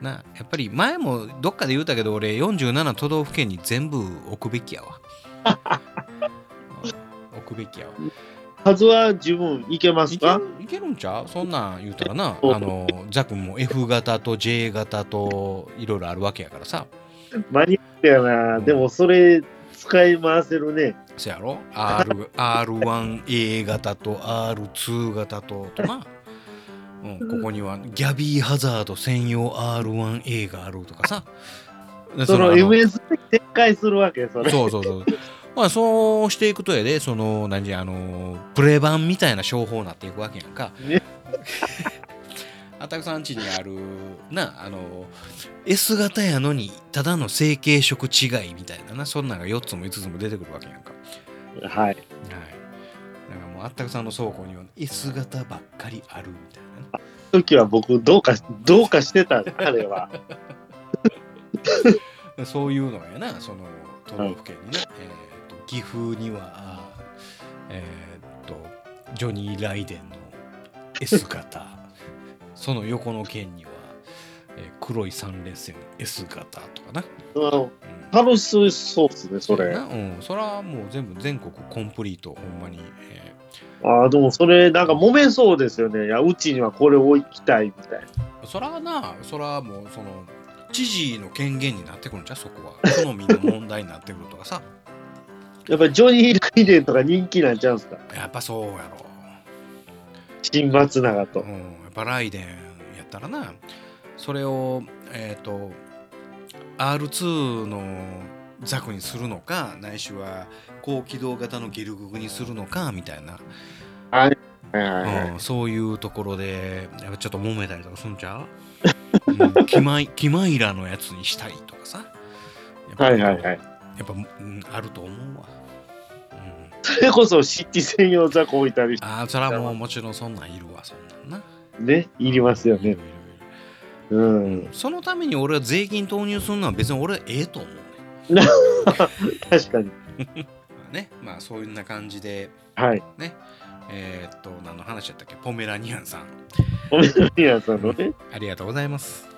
Speaker 1: うなやっぱり前もどっかで言うたけど俺47都道府県に全部置くべきやわ うん置くべきやわ
Speaker 2: 数は十分いけま
Speaker 1: い
Speaker 2: す
Speaker 1: け
Speaker 2: か
Speaker 1: るいけるんちゃうそんなん言うたらな、あ
Speaker 2: そう
Speaker 1: のーザクも F 型と J 型といろいろあるわけやからさ
Speaker 2: マニアックやな、
Speaker 1: うん
Speaker 2: でもそれ使い回せるね
Speaker 1: そやろ R R1A 型と R2 型ととな、うん、ここにはギャビーハザード専用 R1A があるとかさ
Speaker 2: その
Speaker 1: あ
Speaker 2: MS に展開するわけそれ
Speaker 1: そうそうそうまあそうしていくとやでその何じゃあのプレ版みたいな商法になっていくわけやんか
Speaker 2: ね
Speaker 1: あたくさん家にあるなあの S 型やのにただの成形色違いみたいななそんなんが4つも5つも出てくるわけやんか
Speaker 2: はい
Speaker 1: はい。だからもうあったくさんの倉庫には S 型ばっかりあるみたいなね。
Speaker 2: 時は僕どうかどうかしてた彼は
Speaker 1: そういうのがやな、その都道府県にね、えーと岐阜には、あーえーと、ジョニー・ライデンの S 型、 その横の県には、えー黒い三連線の S 型とかな。
Speaker 2: うん
Speaker 1: うん
Speaker 2: 楽しそうっすねそれ
Speaker 1: なうん、それはもう全部全国コンプリート、ほんまに。え
Speaker 2: ああでもそれなんか揉めそうですよねいやうちにはこれ置きたいみたいな
Speaker 1: ーそらな、そらもうその、知事の権限になってくるんじゃうそこは。 好みの問題になってくるとかさ。
Speaker 2: やっぱりジョニー・ライデンとか人気なんちゃうんすか
Speaker 1: やっぱそうやろ。
Speaker 2: 新松永
Speaker 1: うん、
Speaker 2: と
Speaker 1: やっぱライデンやったらな、それを、えっ、と、R2 のザクにするのか、ないしは高機動型のゲルググにするのか、みたいな、
Speaker 2: はいはいはい
Speaker 1: うん、そういうところで、やっぱちょっと揉めたりとかすんち ゃう、うん、キマイキマイラのやつにしたりとかさ。やっぱ
Speaker 2: はいはいはい
Speaker 1: やっぱ、うん、あると思うわ。うん
Speaker 2: それこそ湿地専用雑魚置いたりし
Speaker 1: ああ、それはもうもちろんそんなんいるわ、そんなんな。
Speaker 2: ね、いりますよ
Speaker 1: いるい
Speaker 2: ね。
Speaker 1: る
Speaker 2: う
Speaker 1: いる
Speaker 2: ん。
Speaker 1: そのために俺は税金投入するのは別に俺はええと思うね。
Speaker 2: 確かに。
Speaker 1: まあね、まあそういうな感じで、
Speaker 2: はい。
Speaker 1: えーっと、何の話やったっけ、ポメラニアンさん、
Speaker 2: おめでとうさんのね。
Speaker 1: ありがとうございます。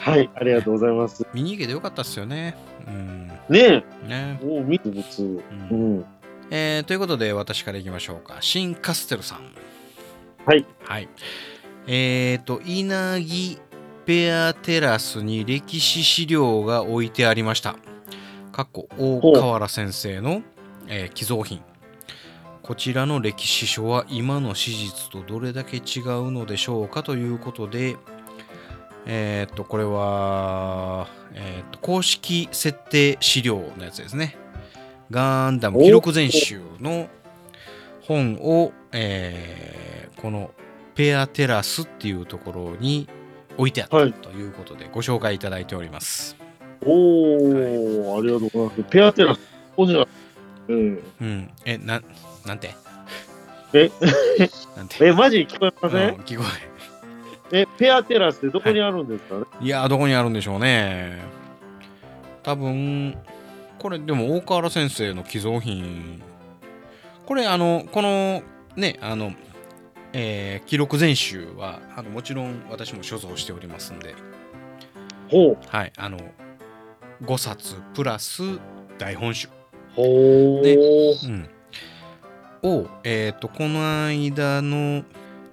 Speaker 2: はい。ありがとうございます。
Speaker 1: 見に行けてよかったっすよね。うん。
Speaker 2: ね
Speaker 1: ね
Speaker 2: え。。もう見て普通。
Speaker 1: うん
Speaker 2: うん。
Speaker 1: えーということで私からいきましょうか新カステルさん
Speaker 2: はい
Speaker 1: はいえっ、ー、と稲城ペアテラスに歴史資料が置いてありましたかっこ大河原先生の、えー寄贈品こちらの歴史書は今の史実とどれだけ違うのでしょうかということでえっ、とこれは、えーと公式設定資料のやつですねガンダム記録全集の本を、えーこのペアテラスっていうところに置いてあった
Speaker 2: はい
Speaker 1: ということでご紹介いただいております。
Speaker 2: おお、ありがとうございます。ペアテラス、ここには。うん。
Speaker 1: うん。え、な、なんて
Speaker 2: え
Speaker 1: なんて
Speaker 2: え、マジ聞こえません、
Speaker 1: うん聞こ
Speaker 2: え、ペアテラスってどこにあるんですかね、
Speaker 1: え。いや、どこにあるんでしょうね。多分、これでも大河原先生の寄贈品。これ、あの、この、ね、あの、えー記録全集はあのもちろん私も所蔵しておりますんで、
Speaker 2: ほう。
Speaker 1: はい、あの5冊プラス大本集、
Speaker 2: ほう。
Speaker 1: でうん、を、えー、とこの間の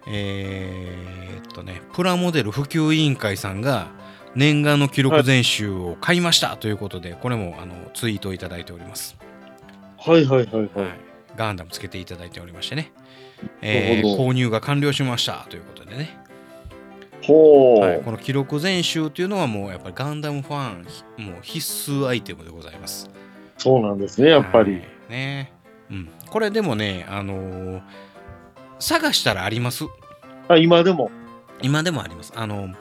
Speaker 1: えーっとねプラモデル普及委員会さんが念願の記録全集を買いましたということで、これもあのツイートいただいております、
Speaker 2: はいはいはいはい。
Speaker 1: はい、ガンダムつけていただいておりましてね、え
Speaker 2: なる
Speaker 1: ー
Speaker 2: ほど
Speaker 1: 購入が完了しましたということでね
Speaker 2: ほう、
Speaker 1: はい、この記録全集というのはもうやっぱりガンダムファンひもう必須アイテムでございます。
Speaker 2: そうなんですね、やっぱり。
Speaker 1: はいね、うん。これでもね、あのー探したらあります。
Speaker 2: あ、今でも。
Speaker 1: 今でもあります。あの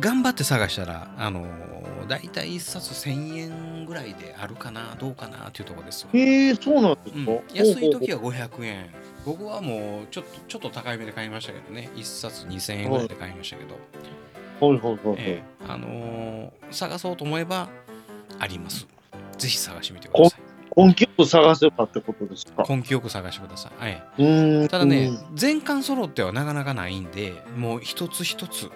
Speaker 1: 頑張って探したら、あのー、大体1冊1000円ぐらいであるかな、どうかなっていうところですわ。
Speaker 2: へえそうなんです
Speaker 1: う
Speaker 2: か。
Speaker 1: ん
Speaker 2: ほう、
Speaker 1: 安い
Speaker 2: ほう
Speaker 1: 時は500円。僕はもうちょっとちょっと高い目で買いましたけどね、1冊2000円ぐらいで買いましたけど、
Speaker 2: ほうほうほうほう
Speaker 1: ええあのー探そうと思えばあります。ぜひ探してみてください。
Speaker 2: 根気よく探せばってことですか。
Speaker 1: 根気よく探してください。はいう
Speaker 2: ーん
Speaker 1: ただね、全巻揃ってはなかなかないんで、もう一つ一つ、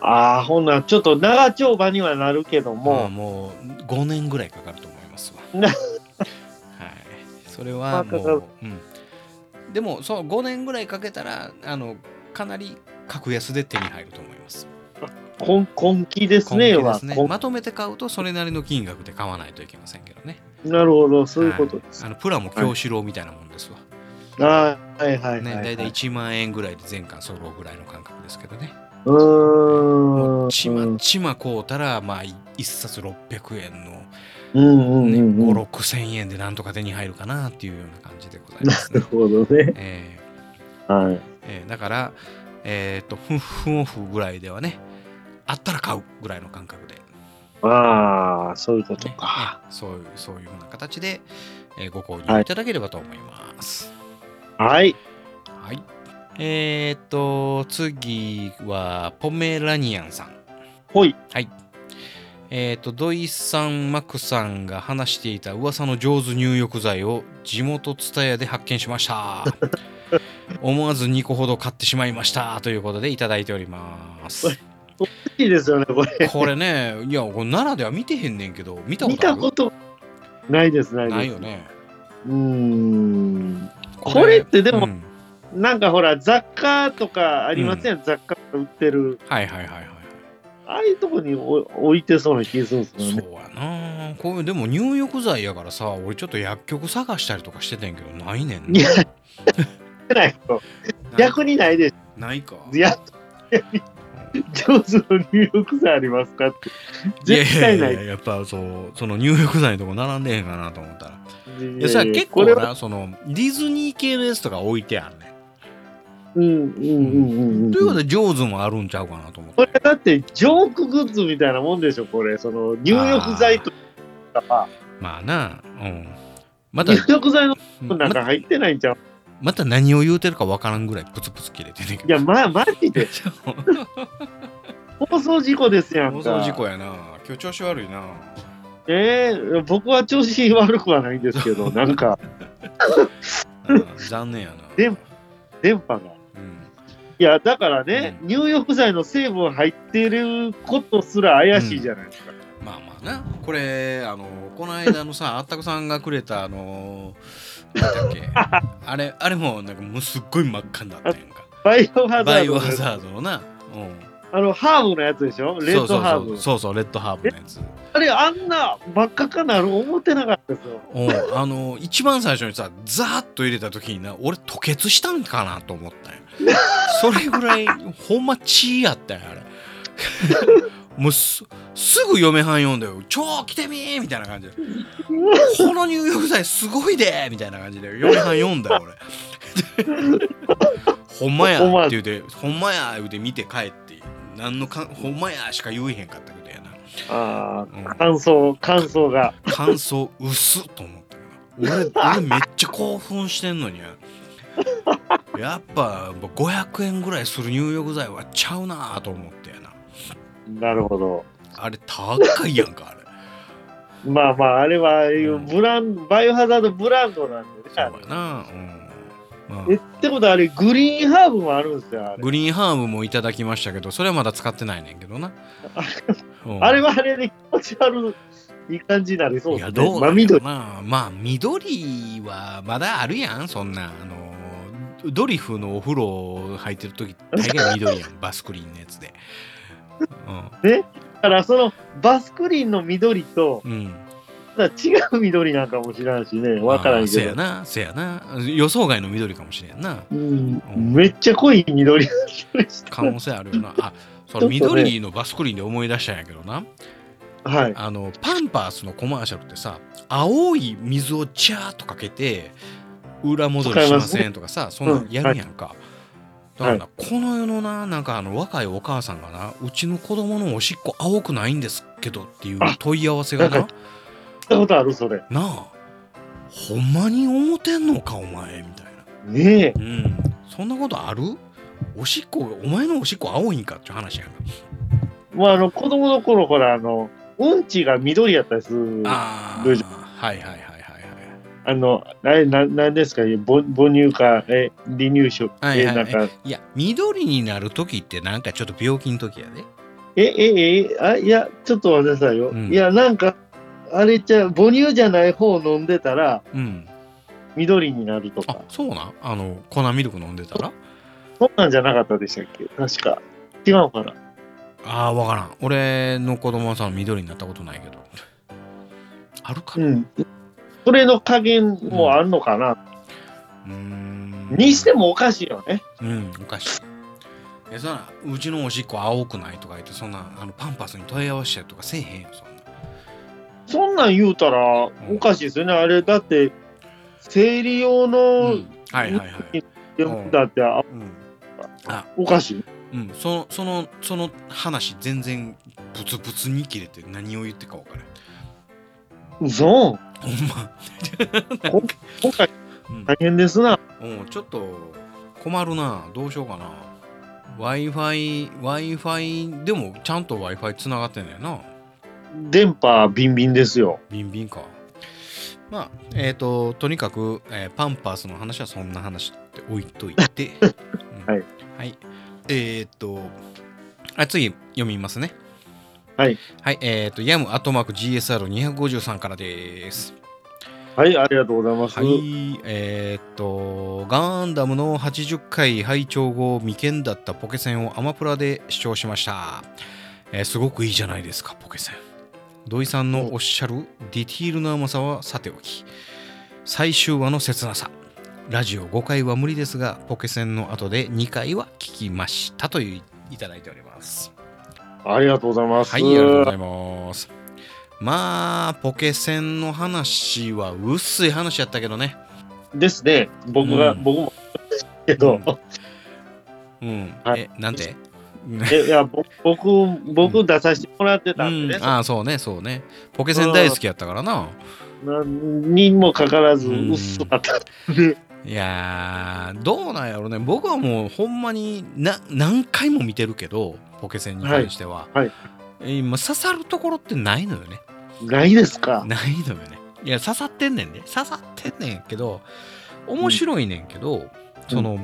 Speaker 2: ああ、ほんならちょっと長丁場にはなるけど
Speaker 1: まあ
Speaker 2: も、
Speaker 1: もう5年ぐらいかかると思いますわ。
Speaker 2: な
Speaker 1: はい、それはも
Speaker 2: まあか
Speaker 1: う、うん、でもそう5年ぐらいかけたらあの、かなり格安で手に入ると思います。
Speaker 2: 根根気ですね、
Speaker 1: 根気
Speaker 2: は
Speaker 1: ですね
Speaker 2: 根
Speaker 1: まとめて買うと、それなりの金額で買わないといけませんけどね。
Speaker 2: なるほど、そういうことです。
Speaker 1: はいあのプラも京志郎みたいなもんですわ。
Speaker 2: あーはいはい
Speaker 1: ね、
Speaker 2: はい、は
Speaker 1: 大
Speaker 2: い。
Speaker 1: 体1万円ぐらいで全巻揃うぐらいの感覚ですけどね。
Speaker 2: うーん。
Speaker 1: ちまちまこうたら、まあ、い一冊600円の、ね
Speaker 2: うんうんうんうん。
Speaker 1: 5、
Speaker 2: な
Speaker 1: 6000円でなんとか手に入るかなっていうような感じでございますね
Speaker 2: る。ほどね。
Speaker 1: えー
Speaker 2: はい。
Speaker 1: えーだから、えっと、ふんふんオフぐらいではね、あったら買うぐらいの感覚で、ね
Speaker 2: ああ、そういうこと
Speaker 1: ね
Speaker 2: か。
Speaker 1: そういう、そういうような形で、えーご購入いただければと思います。
Speaker 2: はい。
Speaker 1: はい。えっと、次は、ポメラニアンさん。
Speaker 2: ほい。
Speaker 1: はい。えっ、と、土井さん、マクさんが話していた噂の上手入浴剤を地元ツタヤで発見しま した。思わず2個ほど買ってしまいましたということでいただいております。
Speaker 2: いいですよね、これ。
Speaker 1: これね、いや、これ奈良では見てへんねんけど、見たこ
Speaker 2: 見
Speaker 1: とあ
Speaker 2: た
Speaker 1: る
Speaker 2: ことないです、ないです。
Speaker 1: ないよ。ね。
Speaker 2: うーん。これってでも
Speaker 1: うん
Speaker 2: なんかほら、雑貨とかありません、雑貨売ってる。
Speaker 1: はいはいはいはい。
Speaker 2: ああいうとこにお置いてそうな気がするんです
Speaker 1: そ
Speaker 2: よね。
Speaker 1: うやなこういうでも入浴剤やからさ俺ちょっと薬局探したりとかしててんけどないねん
Speaker 2: い
Speaker 1: な
Speaker 2: や、ないと
Speaker 1: ない
Speaker 2: 逆にないで
Speaker 1: ないか
Speaker 2: す。やっと、上手の入浴剤ありますかって。絶対な
Speaker 1: やや
Speaker 2: い
Speaker 1: やややっぱそうその入浴剤のとこ並んでへんかなと思ったらい
Speaker 2: い
Speaker 1: やそれは結
Speaker 2: こ
Speaker 1: 構
Speaker 2: れは
Speaker 1: なそのディズニー系のやつとか置いてあるね
Speaker 2: うんうんうんうんうん。
Speaker 1: ということで上手もあるんちゃうかなと思っ
Speaker 2: こ
Speaker 1: て
Speaker 2: れだって、ジョークグッズみたいなもんでしょ、これ。その入浴剤とか、
Speaker 1: まあなうんまた
Speaker 2: 入浴剤のなんか入ってないんちゃう
Speaker 1: また何を言うてるかわからんぐらいプツプツ切れてんねんけど
Speaker 2: いや、ま、マジ で。放送事故ですやん
Speaker 1: 放
Speaker 2: か
Speaker 1: 送。事故やな今日調子悪いな
Speaker 2: えー、僕は調子悪くはないんですけど、なんか、
Speaker 1: うん残念やな
Speaker 2: でも電波が。
Speaker 1: うん
Speaker 2: いや、だからね、
Speaker 1: う
Speaker 2: 入浴剤の成分入ってることすら怪しいじゃないですか。
Speaker 1: まあまあなこれあのこの間の さあったくさんがくれたあのなんだっけあれあれもなんかもうすっごい真っ赤になったやんか
Speaker 2: バイオハザ
Speaker 1: バ
Speaker 2: ー
Speaker 1: イ
Speaker 2: ド
Speaker 1: オ
Speaker 2: の
Speaker 1: ハ
Speaker 2: やつ。
Speaker 1: ザードのな、うん、
Speaker 2: あの、ハーブのやつでしょレッドハーブ。
Speaker 1: そうそうそうそうそうレッドハーブのやつ
Speaker 2: あれ、あんな真っ赤かなる思ってなかったですよ。
Speaker 1: うんあの一番最初にさザーッと入れた時にな俺吐血したんかなと思ったんやそれぐらいほんま血やったんやあれ もうすすぐ嫁はん読んだよ「超来てみー!」みたいな感じで「この入浴剤すごいで!」みたいな感じで嫁はん読んだよ俺 ほんまや
Speaker 2: ほんま
Speaker 1: って言うて「ほんまや」言うて見て帰って何のかほんまやしか言えへんかったけどやな
Speaker 2: ああ、
Speaker 1: うん
Speaker 2: 感想、感想が。
Speaker 1: 感想薄っと思ったよな俺俺めっちゃ興奮してんのにやっぱ500円ぐらいする入浴剤はちゃうなと思ってやな
Speaker 2: なるほど。
Speaker 1: あれ高いやんかあれ
Speaker 2: まあまあ、あれは、ブランド、バイオハザードブランドなんでね。
Speaker 1: そうやな、うんまあ
Speaker 2: え、ってことはあれ、グリーンハーブもあるんですよ、あれ。
Speaker 1: グリーンハーブもいただきましたけどそれはまだ使ってないねんけどな、うん
Speaker 2: あれはあれで気持ち悪いいい感じになりそう
Speaker 1: い
Speaker 2: で
Speaker 1: や
Speaker 2: す
Speaker 1: ど
Speaker 2: ね。
Speaker 1: うだ
Speaker 2: まあ、
Speaker 1: ろう
Speaker 2: 緑。
Speaker 1: なまあ緑はまだあるやんそんなあのドリフのお風呂入ってる時大概緑や んバスクリーンのやつで
Speaker 2: だから、そのバスクリーンの緑と、
Speaker 1: うん、うん、
Speaker 2: 違う緑なんかも知らんしね、わからん
Speaker 1: あーせ
Speaker 2: け
Speaker 1: や
Speaker 2: ど。
Speaker 1: なせやな予想外の緑かもしれんな
Speaker 2: うん、めっちゃ濃い緑の気がした
Speaker 1: 可能性あるよなあそ
Speaker 2: ちょっと
Speaker 1: の
Speaker 2: ね
Speaker 1: 緑のバスクリーンで思い出したんやけどな
Speaker 2: はい。
Speaker 1: あのパンパースのコマーシャルってさ青い水をジャーッとかけて裏戻りしませんとかさ、そんなんやるやんか、だからな、この世のななんかあの若いお母さんがなうちの子供のおしっこ青くないんですけどっていう
Speaker 2: あ
Speaker 1: 問い合わせがな
Speaker 2: なん聞ったことある、それ。
Speaker 1: なあほんまに思ってんのかお前みたいな
Speaker 2: ねえ。
Speaker 1: うんそんなことあるおしっこがお前のおしっこ青いんかっていう話やんか
Speaker 2: まあ、あの、子供の頃、ほら、あの、うんちが緑やったりする。あ
Speaker 1: あ
Speaker 2: どうじ
Speaker 1: ーはいはいはいはいはい
Speaker 2: の、あれ、ななんですか、母母乳か、え、離乳食、
Speaker 1: はいはい
Speaker 2: え、なんか、
Speaker 1: いや緑になる時ってなんかちょっと病気の時やで
Speaker 2: え、え、え、あ、いや、ちょっと待ってくださいよ。
Speaker 1: うん
Speaker 2: いや、なんか、あれじゃう、母乳じゃない方を飲んでたら、
Speaker 1: うん
Speaker 2: 緑になると
Speaker 1: あ
Speaker 2: か、
Speaker 1: そうなんあの粉ミルク飲んでたら
Speaker 2: そんなんじゃなかったでしたっけ確か。違うかな。
Speaker 1: あー分からん俺の子供はさ緑になったことないけどあるか
Speaker 2: う。
Speaker 1: なうん
Speaker 2: それの加減もあるのかな。
Speaker 1: ーん
Speaker 2: にしてもおかしいよね。
Speaker 1: うんおかしいえそんなうちのおしっこ青くないとか言ってそんなあのパンパスに問い合わせたりとかせえへんよそんな
Speaker 2: そんなん言うたら、
Speaker 1: ん
Speaker 2: おかしいですよね。あれ、だって、生理用の、
Speaker 1: はいはいはいうん
Speaker 2: だって、
Speaker 1: う
Speaker 2: あ
Speaker 1: ん
Speaker 2: おかしい。
Speaker 1: うん、そのそのその話全然ブツブツに切れて何を言ってるか分からん
Speaker 2: 嘘
Speaker 1: ほんま
Speaker 2: 今回
Speaker 1: うん
Speaker 2: 大変ですな。
Speaker 1: うん、ちょっと困るな。どうしようかな。Wi-Fi、Wi-Fi、でもちゃんと Wi-Fi つながってんだよな。
Speaker 2: 電波ビンビンですよ。
Speaker 1: ビンビンか。まあ、えっ、と、とにかく、えーパンパースの話はそんな話って置いとい て。うん
Speaker 2: はい。
Speaker 1: はい。えっ、と、あ、次読みますね。
Speaker 2: はい。
Speaker 1: はい、えっ、と、ヤムアトマーク GSR253 からです。
Speaker 2: はい、ありがとうございます。
Speaker 1: はい、えーっと、ガンダムの80回拝聴後、未見だったポケセンをアマプラで視聴しました。えーすごくいいじゃないですか、ポケセン。土井さんのおっしゃるディティールの甘さはさておき、最終話の切なさ。ラジオ5回は無理ですが、ポケセンの後で2回は聞きましたといういただいております。
Speaker 2: ありがとうございます。
Speaker 1: はい、ありがとうございます。まあ、ポケセンの話は薄い話やったけどね。
Speaker 2: ですね。僕が、
Speaker 1: うん
Speaker 2: 僕も。けど、
Speaker 1: うん。
Speaker 2: はい
Speaker 1: え、なんで
Speaker 2: えいやぼ僕僕出させてもらってたんでね、
Speaker 1: ああそうねそうねポケセン大好きやったからな
Speaker 2: なんにもかかわらず
Speaker 1: うん
Speaker 2: 薄かったんで、
Speaker 1: いやーどうなんやろね僕はもうほんまにな何回も見てるけどポケセンに関しては、
Speaker 2: はいはい
Speaker 1: 今刺さるところってないのよね
Speaker 2: ないですか
Speaker 1: ないのよねいや刺さってんねんね刺さってんねんけど面白いねんけど、その、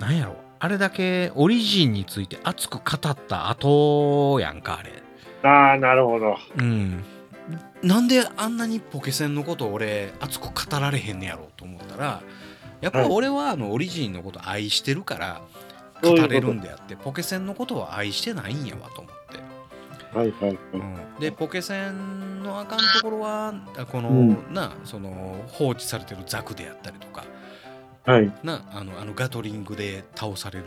Speaker 1: なんやろあれだけオリジンについて熱く語った後やんかあれ
Speaker 2: ああなるほど
Speaker 1: うん、なんであんなにポケセンのこと俺熱く語られへんねやろうと思ったらやっぱ俺はあのオリジンのこと愛してるから
Speaker 2: そ
Speaker 1: 語
Speaker 2: ういうこと
Speaker 1: れるんであってポケセンのことは愛してないんやわと思って、
Speaker 2: はいはいはい、
Speaker 1: うん、でポケセンのあかんところはあこの、
Speaker 2: う
Speaker 1: なその放置されてるザクであったりとか
Speaker 2: はい
Speaker 1: なあのあのガトリングで倒される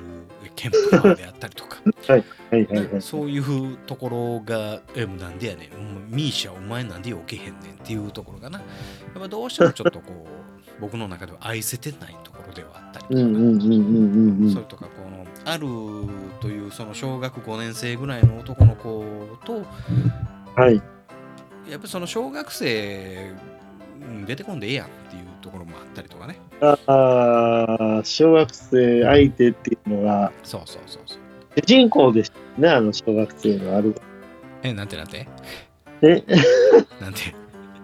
Speaker 1: ケンプマンであったりとか
Speaker 2: はいはいは
Speaker 1: ね
Speaker 2: い
Speaker 1: そういうところが「えなんでやねんお前ミーシャお前なんでよけへんねん」っていうところがなやっぱどうしてもちょっとこう 僕の中では愛せてないところではあったりとかな、
Speaker 2: うんうんうんうんうんう
Speaker 1: それ
Speaker 2: ん
Speaker 1: とかこのあるというその小学5年生ぐらいの男の子と
Speaker 2: はい
Speaker 1: やっぱその小学生うん出てこんでええやんっていうところもあったりとかね
Speaker 2: ああ小学生相手っていうのが
Speaker 1: そうそうそうそう
Speaker 2: 主人公でしたねあの小学生のある
Speaker 1: えなんてなんて
Speaker 2: え
Speaker 1: なんて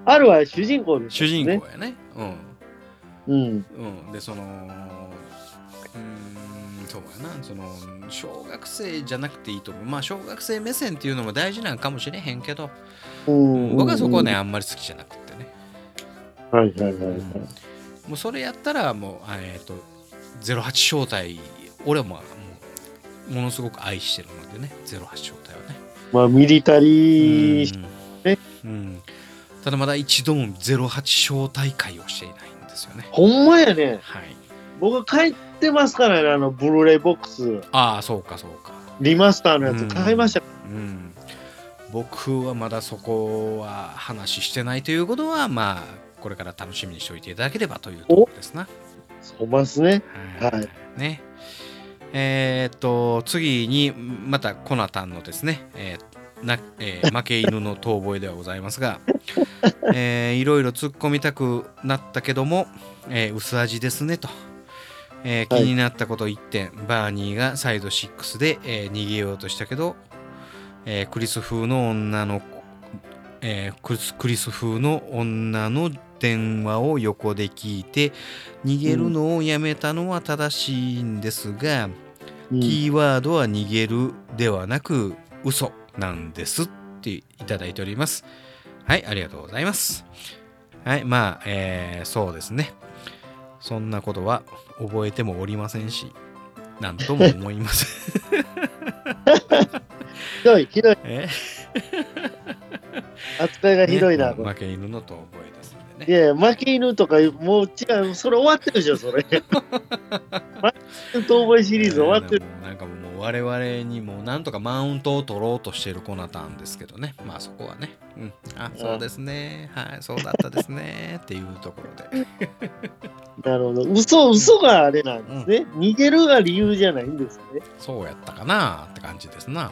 Speaker 2: あるは主人公でした
Speaker 1: 主
Speaker 2: ね
Speaker 1: 人公やねうん
Speaker 2: うん
Speaker 1: うん、でそのうーんそうやなその小学生じゃなくていいと思うまあ小学生目線っていうのも大事なんかもしれへんけど、
Speaker 2: うん
Speaker 1: 僕はそこはねあんまり好きじゃなくってね
Speaker 2: はいはいはいはい
Speaker 1: もうそれやったらもうあえっ、と08招待俺はもうもうものすごく愛してるのでね08招待はね
Speaker 2: まあミリタリー
Speaker 1: うんうん、ただまだ一度も08招待会をしていないんですよね
Speaker 2: ほんまやね
Speaker 1: はい
Speaker 2: 僕帰ってますからねあのブルーレイボックス
Speaker 1: ああそうかそうか
Speaker 2: リマスターのやつ買いました、
Speaker 1: うん、僕はまだそこは話してないということはまあこれから楽しみにしておいていただければというところですな。
Speaker 2: ほんまっすねは
Speaker 1: ねえーっと次にまたコナタンのですね、えーなえ ー負け犬の遠吠えではございますが、えーいろいろ突っ込みたくなったけども、えー薄味ですねと、えー
Speaker 2: はい
Speaker 1: 気になったこと1点、バーニーがサイド6で、えー逃げようとしたけど、えークリス風の女の子えークリスクリス風の女の電話を横で聞いて逃げるのをやめたのは正しいんですが、
Speaker 2: うん
Speaker 1: キーワードは逃げるではなく嘘なんですっていただいておりますはいありがとうございますはいまあえーそうですねそんなことは覚えてもおりませんし何とも思いません
Speaker 2: ひどいひどい
Speaker 1: え
Speaker 2: 扱いがひどいな、
Speaker 1: ね負け犬の遠吠えですんで
Speaker 2: い
Speaker 1: ね
Speaker 2: やいや負け犬とかもう違うそれ終わってるでしょそ れ負け犬と覚えシリーズ終わってる、
Speaker 1: えーなんかもう我々にもなんとかマウントを取ろうとしてるコナタンですけどねまあそこはね、うん、あそうですねはいそうだったですねっていうところで
Speaker 2: なるほど嘘嘘があれなんですね、逃げるが理由じゃないんですね
Speaker 1: そうやったかなって感じですな。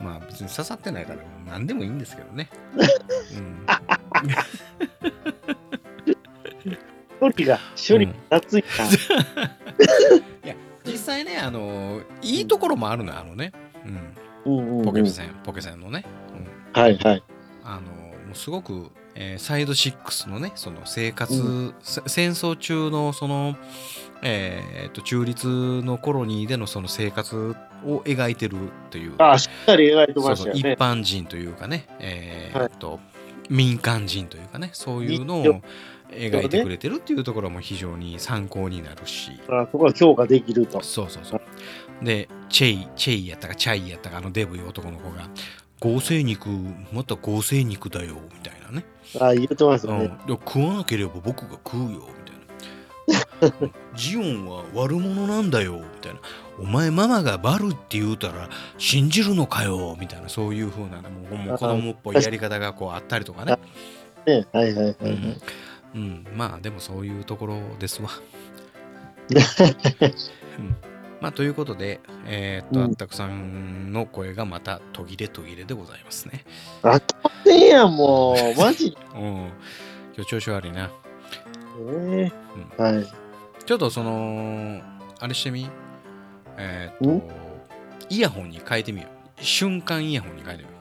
Speaker 1: うん、まあ別に刺さってないから何でもいいんですけど ね。うん、
Speaker 2: 処理が処理が熱いな、
Speaker 1: 実際ねあのいいところもあるのあのね、
Speaker 2: うんうん
Speaker 1: う、
Speaker 2: うんん
Speaker 1: ポケセン、ポケセンのね
Speaker 2: はいはい
Speaker 1: あのもうすごく、えーサイド6のねその生活、せ戦争中のその、えーえっと中立のコロニーでのその生活を描いてるという
Speaker 2: あしっかり描いてまし
Speaker 1: そ
Speaker 2: た
Speaker 1: うそう
Speaker 2: よ
Speaker 1: 一
Speaker 2: ね
Speaker 1: 般人というかね、えー
Speaker 2: はい
Speaker 1: えっと民間人というかねそういうの
Speaker 2: 日常
Speaker 1: を描いてくれてるっていうところも非常に参考になるし
Speaker 2: あそこは強化できると
Speaker 1: そうそうそうでチェイチェイやったかチャイやったかあのデブい男の子が「合成肉また合成肉だよ」みたいなね
Speaker 2: あ言ってます
Speaker 1: う
Speaker 2: よ
Speaker 1: ん、い
Speaker 2: ね、
Speaker 1: や食わなければ僕が食うよみた いなジオンは悪者なんだよみたいなお前ママがバルって言うたら信じるのかよみたいなそういう風なねもうもう子供っぽいやり方がこうあったりとかね、
Speaker 2: ねはいはいはい、
Speaker 1: う
Speaker 2: はい
Speaker 1: ん うん、まあでもそういうところですわ、うん、ままあ、ということで、えーっと、
Speaker 2: うん
Speaker 1: あったくさんの声がまた途切れ途切れでございますね。
Speaker 2: あきませんやん、もう。マジで。
Speaker 1: うん。今日調子悪いな。
Speaker 2: ねはい。
Speaker 1: ちょっとその、あれしてみ。えーっと、イヤホンに変えてみよう。瞬間イヤホンに変えてみよ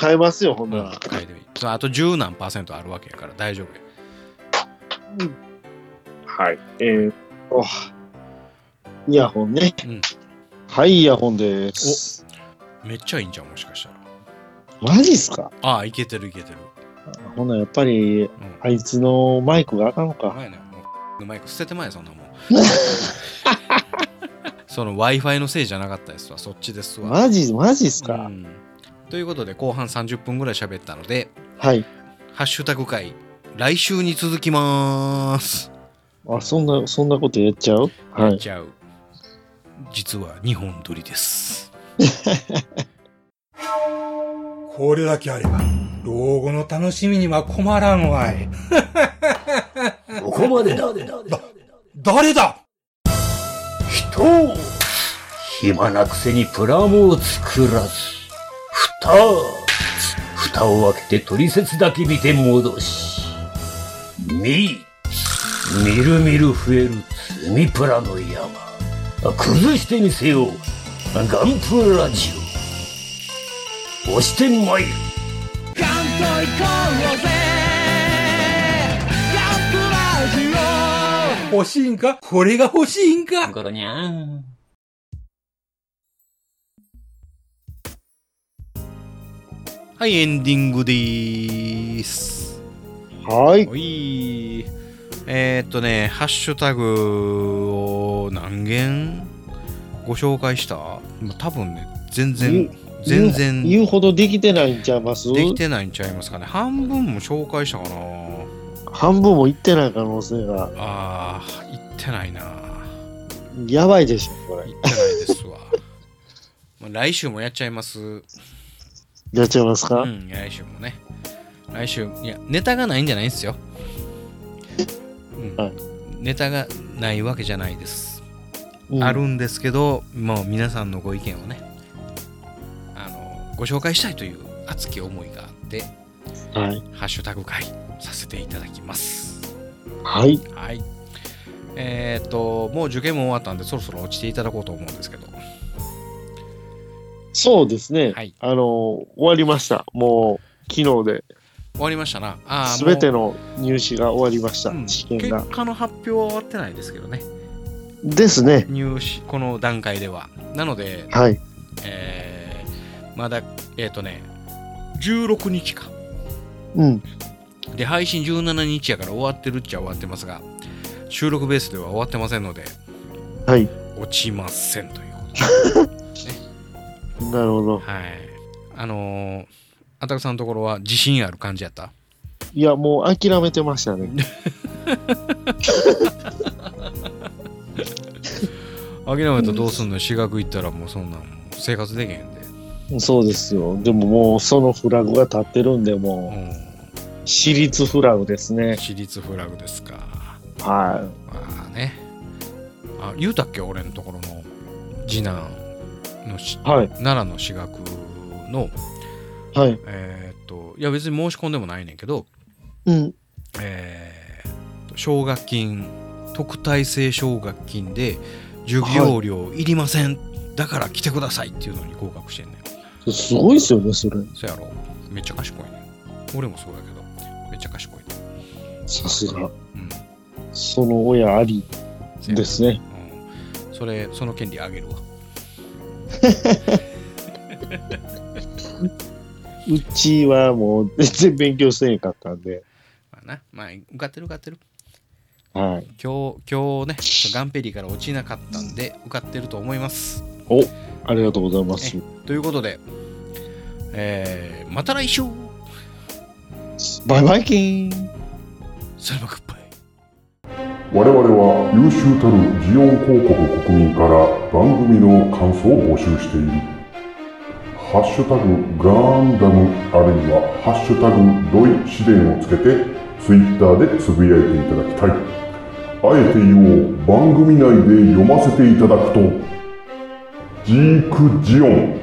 Speaker 2: 変えますよ、ほん
Speaker 1: う。
Speaker 2: な
Speaker 1: うん
Speaker 2: ら。、
Speaker 1: 変えてみそうあと十何パーセントあるわけやから大丈夫や。
Speaker 2: はい。えー、おイヤホンね。
Speaker 1: うん
Speaker 2: はい、イヤホンです。
Speaker 1: めっちゃいいんじゃん、もしかしたら。
Speaker 2: マジっすか
Speaker 1: ああ、いけてるいけてる。
Speaker 2: ほんならやっぱり、
Speaker 1: うん。
Speaker 2: あいつのマイクがあかんの
Speaker 1: お
Speaker 2: か。
Speaker 1: 前ね、もうマイク捨ててまえ、そん なもん。その Wi-Fi のせいじゃなかったですわ、そっちですわ。
Speaker 2: マジ、マジっすか、
Speaker 1: うんということで、後半30分ぐらい喋ったので、
Speaker 2: はい。
Speaker 1: ハッシュタグ会、来週に続きまーす。
Speaker 2: あ、そんな、そんなことやっちゃうは
Speaker 1: やっ
Speaker 2: い。
Speaker 1: ちゃう。実は2本撮りです。
Speaker 8: これだけあれば、老後の楽しみには困らんわい。
Speaker 9: ここまでだ。だ
Speaker 8: 誰だ
Speaker 9: 人を暇なくせにプラモを作らず、蓋蓋を開けて取説だけ見て戻し、見みるみる増える積みプラの山。崩してみせよう。ガンプラジオ。押してまいる。
Speaker 8: 欲しいんかこれが欲しいんか
Speaker 9: ゴロニャン。
Speaker 1: はい、エンディングでーす。
Speaker 2: はい。
Speaker 1: おいえー、っとね、ハッシュタグを何件ご紹介したまあ多分ね、全然、全然で
Speaker 2: 言う言うほどできてないんちゃいます
Speaker 1: きてないんちゃいますかね。半分も紹介したかな
Speaker 2: 半分もいってない可能性が。
Speaker 1: あー、行ってないな
Speaker 2: やばいでしょ、これ
Speaker 1: 行。ってないです わ。まあ来週もやっちゃいます。う
Speaker 2: やっちゃいますか、
Speaker 1: ん、来週もね。来週、いや、ネタがないんじゃないんですよ。うん
Speaker 2: はい
Speaker 1: ネタがないわけじゃないです。
Speaker 2: うん
Speaker 1: あるんですけど、もう皆さんのご意見をねあのご紹介したいという熱き思いがあって
Speaker 2: はい。
Speaker 1: ハッシュタグ会させていただきます
Speaker 2: はい。
Speaker 1: はいえっ、ともう受験も終わったんでそろそろ落ちていただこうと思うんですけど
Speaker 2: そうですね。
Speaker 1: はい
Speaker 2: あの、終わりました。もう、昨日で。
Speaker 1: 終わりましたなあ
Speaker 2: すべて
Speaker 1: の、
Speaker 2: の入試が終わりました。
Speaker 1: うん
Speaker 2: 試
Speaker 1: 結
Speaker 2: 験が。
Speaker 1: 果の発表は終わってないですけどね
Speaker 2: ですね。
Speaker 1: 入試この段階ではなので、
Speaker 2: はい。
Speaker 1: えーまだえっ、とね16日か
Speaker 2: うん。
Speaker 1: で、配信17日やから終わってるっちゃ終わってますが、収録ベースでは終わってませんので、
Speaker 2: はい。
Speaker 1: 落ちませんということで。
Speaker 2: なるほ
Speaker 1: は
Speaker 2: ど。
Speaker 1: い。あのー、あたくさんのところは自信ある感じやった
Speaker 2: いや、もう諦めてましたね。
Speaker 1: 諦めたらどうすんの私学行ったらもうそんなんもう生活できへんで。
Speaker 2: そうですよ。でももう、そのフラグが立ってるんで、も
Speaker 1: う
Speaker 2: う、私立フラグです
Speaker 1: ん。
Speaker 2: ね。
Speaker 1: 私立フラグですか。
Speaker 2: は
Speaker 1: まあね。あ、言うたっけ俺のところの次男のし
Speaker 2: い。はい。
Speaker 1: 奈良の私学の、
Speaker 2: はい。
Speaker 1: えーっと、いや別に申し込んでもないねんけど、
Speaker 2: うん。
Speaker 1: えー奨学金特待生奨学金で授業料いりません、だから来てくださいっていうのに合格してんねん
Speaker 2: すごいですよね、それ。
Speaker 1: そやろめっちゃ賢いねん俺もそうやけどめっちゃ賢いね
Speaker 2: さすが。
Speaker 1: うん
Speaker 2: その親あり
Speaker 1: せやろ
Speaker 2: ですね。
Speaker 1: うん、それその権利あげるわ
Speaker 2: うちはもう、全然勉強してへんかったんで。
Speaker 1: まあなまあ受かってる受かってる
Speaker 2: はい。
Speaker 1: 今日今日ねガンペリーから落ちなかったんで受かってると思います
Speaker 2: ありがとうございます。
Speaker 1: ということで、えーまた来週
Speaker 2: バイバイキーン
Speaker 1: サルバグッバイ
Speaker 5: 我々は優秀たるジオン広告国民から番組の感想を募集している「ハッシュタグガンダム」あるいは「ハッシュタグロイ試練」をつけてツイッターでつぶやいていただきたいあえて言おう番組内で読ませていただくとジーク・ジオン